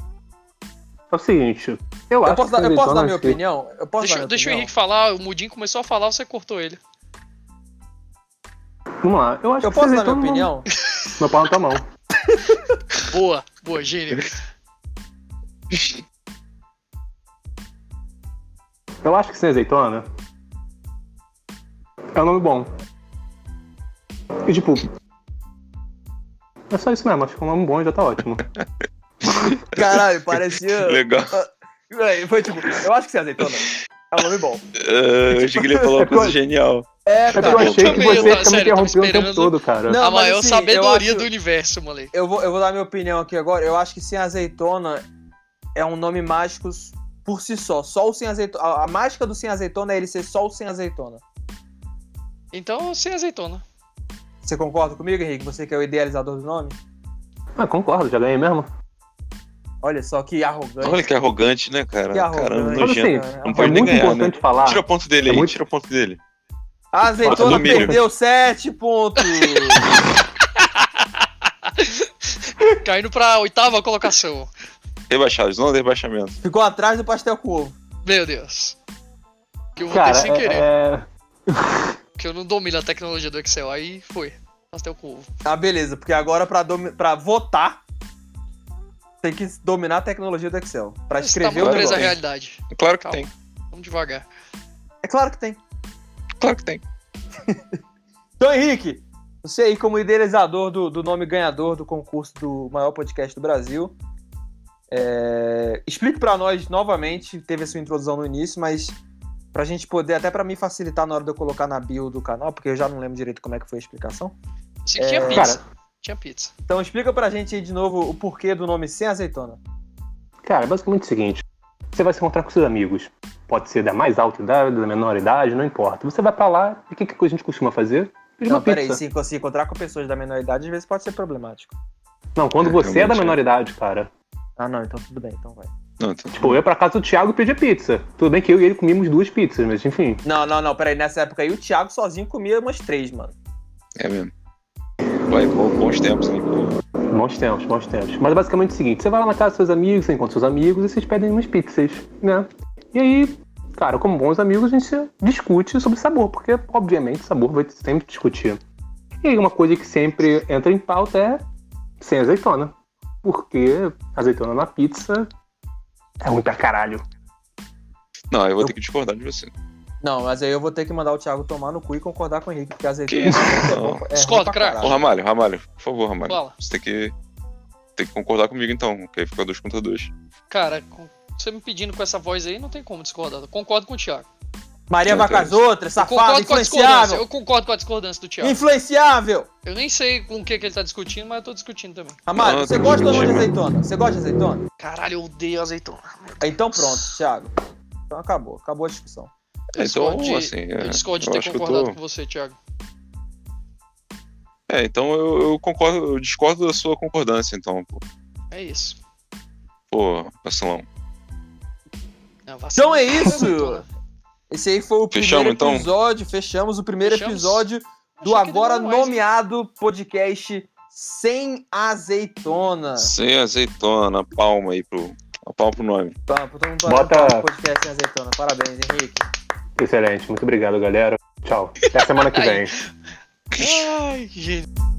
Speaker 4: É o seguinte. Eu,
Speaker 3: Eu
Speaker 4: acho
Speaker 3: posso,
Speaker 4: que
Speaker 3: dar, eu posso
Speaker 4: azeitona é
Speaker 3: dar minha
Speaker 4: acho que-
Speaker 3: opinião? Eu posso
Speaker 2: Deixa,
Speaker 3: dar minha
Speaker 2: deixa o
Speaker 3: opinião?
Speaker 2: Henrique falar, o Mudim começou a falar, você cortou ele.
Speaker 4: Vamos lá. Eu acho
Speaker 3: Eu
Speaker 4: que
Speaker 3: posso dar
Speaker 4: azeitona
Speaker 3: minha opinião?
Speaker 4: não- Meu pau na tua mão.
Speaker 2: Boa, boa, gênio.
Speaker 4: Eu acho que sem azeitona é um nome bom. E tipo. É só isso mesmo, acho que um nome bom já tá ótimo.
Speaker 3: Caralho, parecia.
Speaker 1: Legal.
Speaker 3: Ué, Foi tipo, eu acho que você é azeitona. É um nome bom.
Speaker 1: Ah, eu achei que ele ia falar uma coisa genial.
Speaker 3: É,
Speaker 4: É porque eu
Speaker 3: cara.
Speaker 1: bom.
Speaker 4: achei que
Speaker 2: Também, eu
Speaker 4: você
Speaker 2: tava-
Speaker 4: ficava me
Speaker 2: sério, eu tava
Speaker 4: interrompendo o tempo
Speaker 2: esperando.
Speaker 4: todo, cara.
Speaker 3: Não,
Speaker 2: a
Speaker 3: mas
Speaker 2: maior
Speaker 3: assim, eu
Speaker 2: Ah, é sabedoria
Speaker 3: acho-
Speaker 2: do universo, moleque.
Speaker 3: Eu vou, eu vou dar minha opinião aqui agora. Eu acho que sem azeitona é um nome mágico por si só. Só o sem azeitona. A, a mágica do sem azeitona é ele ser só o sem azeitona.
Speaker 2: Então, sem azeitona.
Speaker 3: Você concorda comigo, Henrique? Você que é o idealizador do nome?
Speaker 4: Ah, concordo, já ganhei mesmo.
Speaker 3: Olha só que arrogante.
Speaker 1: Olha que arrogante, né, cara?
Speaker 3: Que arrogante.
Speaker 1: Caramba,
Speaker 4: Mas
Speaker 1: nojento.
Speaker 4: assim,
Speaker 3: Não
Speaker 4: é
Speaker 1: pode nem
Speaker 4: muito
Speaker 1: ganhar,
Speaker 4: importante falar.
Speaker 1: Tira o ponto dele
Speaker 4: É
Speaker 1: aí,
Speaker 4: muito-
Speaker 1: tira o ponto dele.
Speaker 3: A azeitona
Speaker 1: Alumínio.
Speaker 3: perdeu 7 pontos.
Speaker 2: Caindo pra oitava colocação.
Speaker 1: Rebaixados, não rebaixamento.
Speaker 3: Ficou atrás do pastel com ovo.
Speaker 2: Meu Deus. Que eu vou ter
Speaker 4: Cara,
Speaker 2: sem querer,
Speaker 4: é, é-
Speaker 2: porque eu não domino a tecnologia do Excel. Aí foi. Pastel com ovo.
Speaker 3: Ah, beleza. Porque agora pra, domi- pra votar, tem que dominar a tecnologia do Excel. Pra
Speaker 2: Você tá
Speaker 3: escrever
Speaker 2: muito
Speaker 3: o
Speaker 1: um
Speaker 2: preso à
Speaker 3: negócio.
Speaker 1: negócio.
Speaker 2: realidade.
Speaker 1: Claro que
Speaker 2: Calma.
Speaker 1: tem,
Speaker 2: Vamos devagar.
Speaker 3: É claro que tem.
Speaker 1: claro que tem.
Speaker 3: Então, Henrique, você aí como idealizador do, do nome ganhador do concurso do maior podcast do Brasil, é, explique pra nós novamente, teve a sua introdução no início, mas pra gente poder, até pra mim facilitar na hora de eu colocar na bio do canal, porque eu já não lembro direito como é que foi a explicação.
Speaker 2: Sim,
Speaker 3: É,
Speaker 2: tinha é pizza. Tinha pizza.
Speaker 3: Então explica pra gente aí de novo o porquê do nome sem azeitona.
Speaker 4: Cara, é basicamente o seguinte: você vai se encontrar com seus amigos. Pode ser da mais alta idade, da menor idade, não importa. Você vai pra lá e o que, que a gente costuma fazer? Pedir
Speaker 3: Não,
Speaker 4: uma pizza.
Speaker 3: peraí, se, se encontrar com pessoas da menor idade, às vezes pode ser problemático.
Speaker 4: Não, quando
Speaker 1: É,
Speaker 4: você é da
Speaker 1: realmente é.
Speaker 4: menor idade, cara.
Speaker 3: Ah, não, então tudo bem, então vai.
Speaker 1: Não, então-
Speaker 4: Tipo, eu ia pra casa do Thiago e pedi a pizza. Tudo bem que eu e ele comíamos duas pizzas, mas enfim.
Speaker 3: Não, não, não, peraí, nessa época aí o Thiago sozinho comia umas três, mano.
Speaker 1: É mesmo. Vai, bom- bons tempos, hein?
Speaker 4: Bons tempos, bons tempos. Mas basicamente é o seguinte: você vai lá na casa dos seus amigos, você encontra seus amigos e vocês pedem umas pizzas, né? E aí, cara, como bons amigos, a gente discute sobre sabor, porque obviamente sabor vai sempre discutir. E aí, uma coisa que sempre entra em pauta é sem azeitona. Porque azeitona na pizza é ruim pra caralho.
Speaker 1: Não, eu vou ter que discordar de você.
Speaker 3: Não, mas aí eu vou ter que mandar o Thiago tomar no cu e concordar com o Henrique, porque azeitona
Speaker 1: Que isso?
Speaker 3: é
Speaker 1: Não.
Speaker 3: bom- é
Speaker 2: Discordo,
Speaker 3: ruim pra
Speaker 2: craque.
Speaker 1: Ô,
Speaker 3: caralho.
Speaker 1: Ramalho, Ramalho, por favor, Ramalho.
Speaker 2: Fala.
Speaker 1: Você tem que, tem que concordar comigo então, porque aí fica dois contra dois.
Speaker 2: Cara, com- você me pedindo com essa voz aí, não tem como discordar. Eu concordo com o Thiago.
Speaker 3: Maria
Speaker 1: Meu
Speaker 3: Vacas
Speaker 1: Deus.
Speaker 3: Outras,
Speaker 2: Eu
Speaker 3: safado,
Speaker 2: concordo com a discordância.
Speaker 3: influenciável.
Speaker 2: Eu concordo com a discordância do Thiago.
Speaker 3: Influenciável!
Speaker 2: Eu nem sei com o que, que ele tá discutindo, mas eu tô discutindo também.
Speaker 3: Amaro,
Speaker 1: Não,
Speaker 3: você
Speaker 1: tá
Speaker 3: gosta ou não de
Speaker 1: discutindo.
Speaker 3: azeitona? Você gosta de azeitona?
Speaker 2: Caralho, eu odeio azeitona.
Speaker 3: Então pronto, Thiago. Então acabou, acabou a discussão.
Speaker 2: Eu
Speaker 1: Então,
Speaker 2: discordo de,
Speaker 1: assim, é,
Speaker 2: eu discordo de
Speaker 1: eu
Speaker 2: ter
Speaker 1: acho que eu
Speaker 2: concordado
Speaker 1: tô-
Speaker 2: com você, Thiago.
Speaker 1: É, então eu, eu concordo, eu discordo da sua concordância, então, pô.
Speaker 2: É isso.
Speaker 1: Pô, vacilão.
Speaker 2: Não, vacina.
Speaker 3: Então é isso. Esse aí foi o
Speaker 1: Fechamos,
Speaker 3: primeiro
Speaker 1: então?
Speaker 3: episódio, fechamos o primeiro
Speaker 2: Fechamos?
Speaker 3: episódio
Speaker 2: Achei
Speaker 3: do
Speaker 2: que é,
Speaker 3: agora
Speaker 2: demorou mais, hein?
Speaker 3: nomeado podcast Sem Azeitona.
Speaker 1: Sem azeitona, palma aí pro. A palma pro nome.
Speaker 3: Tá, todo mundo
Speaker 4: Bota-
Speaker 3: adora o podcast Sem Azeitona. Parabéns, Henrique.
Speaker 4: Excelente, muito obrigado, galera. Tchau. Até semana que vem.
Speaker 2: Ai, gente.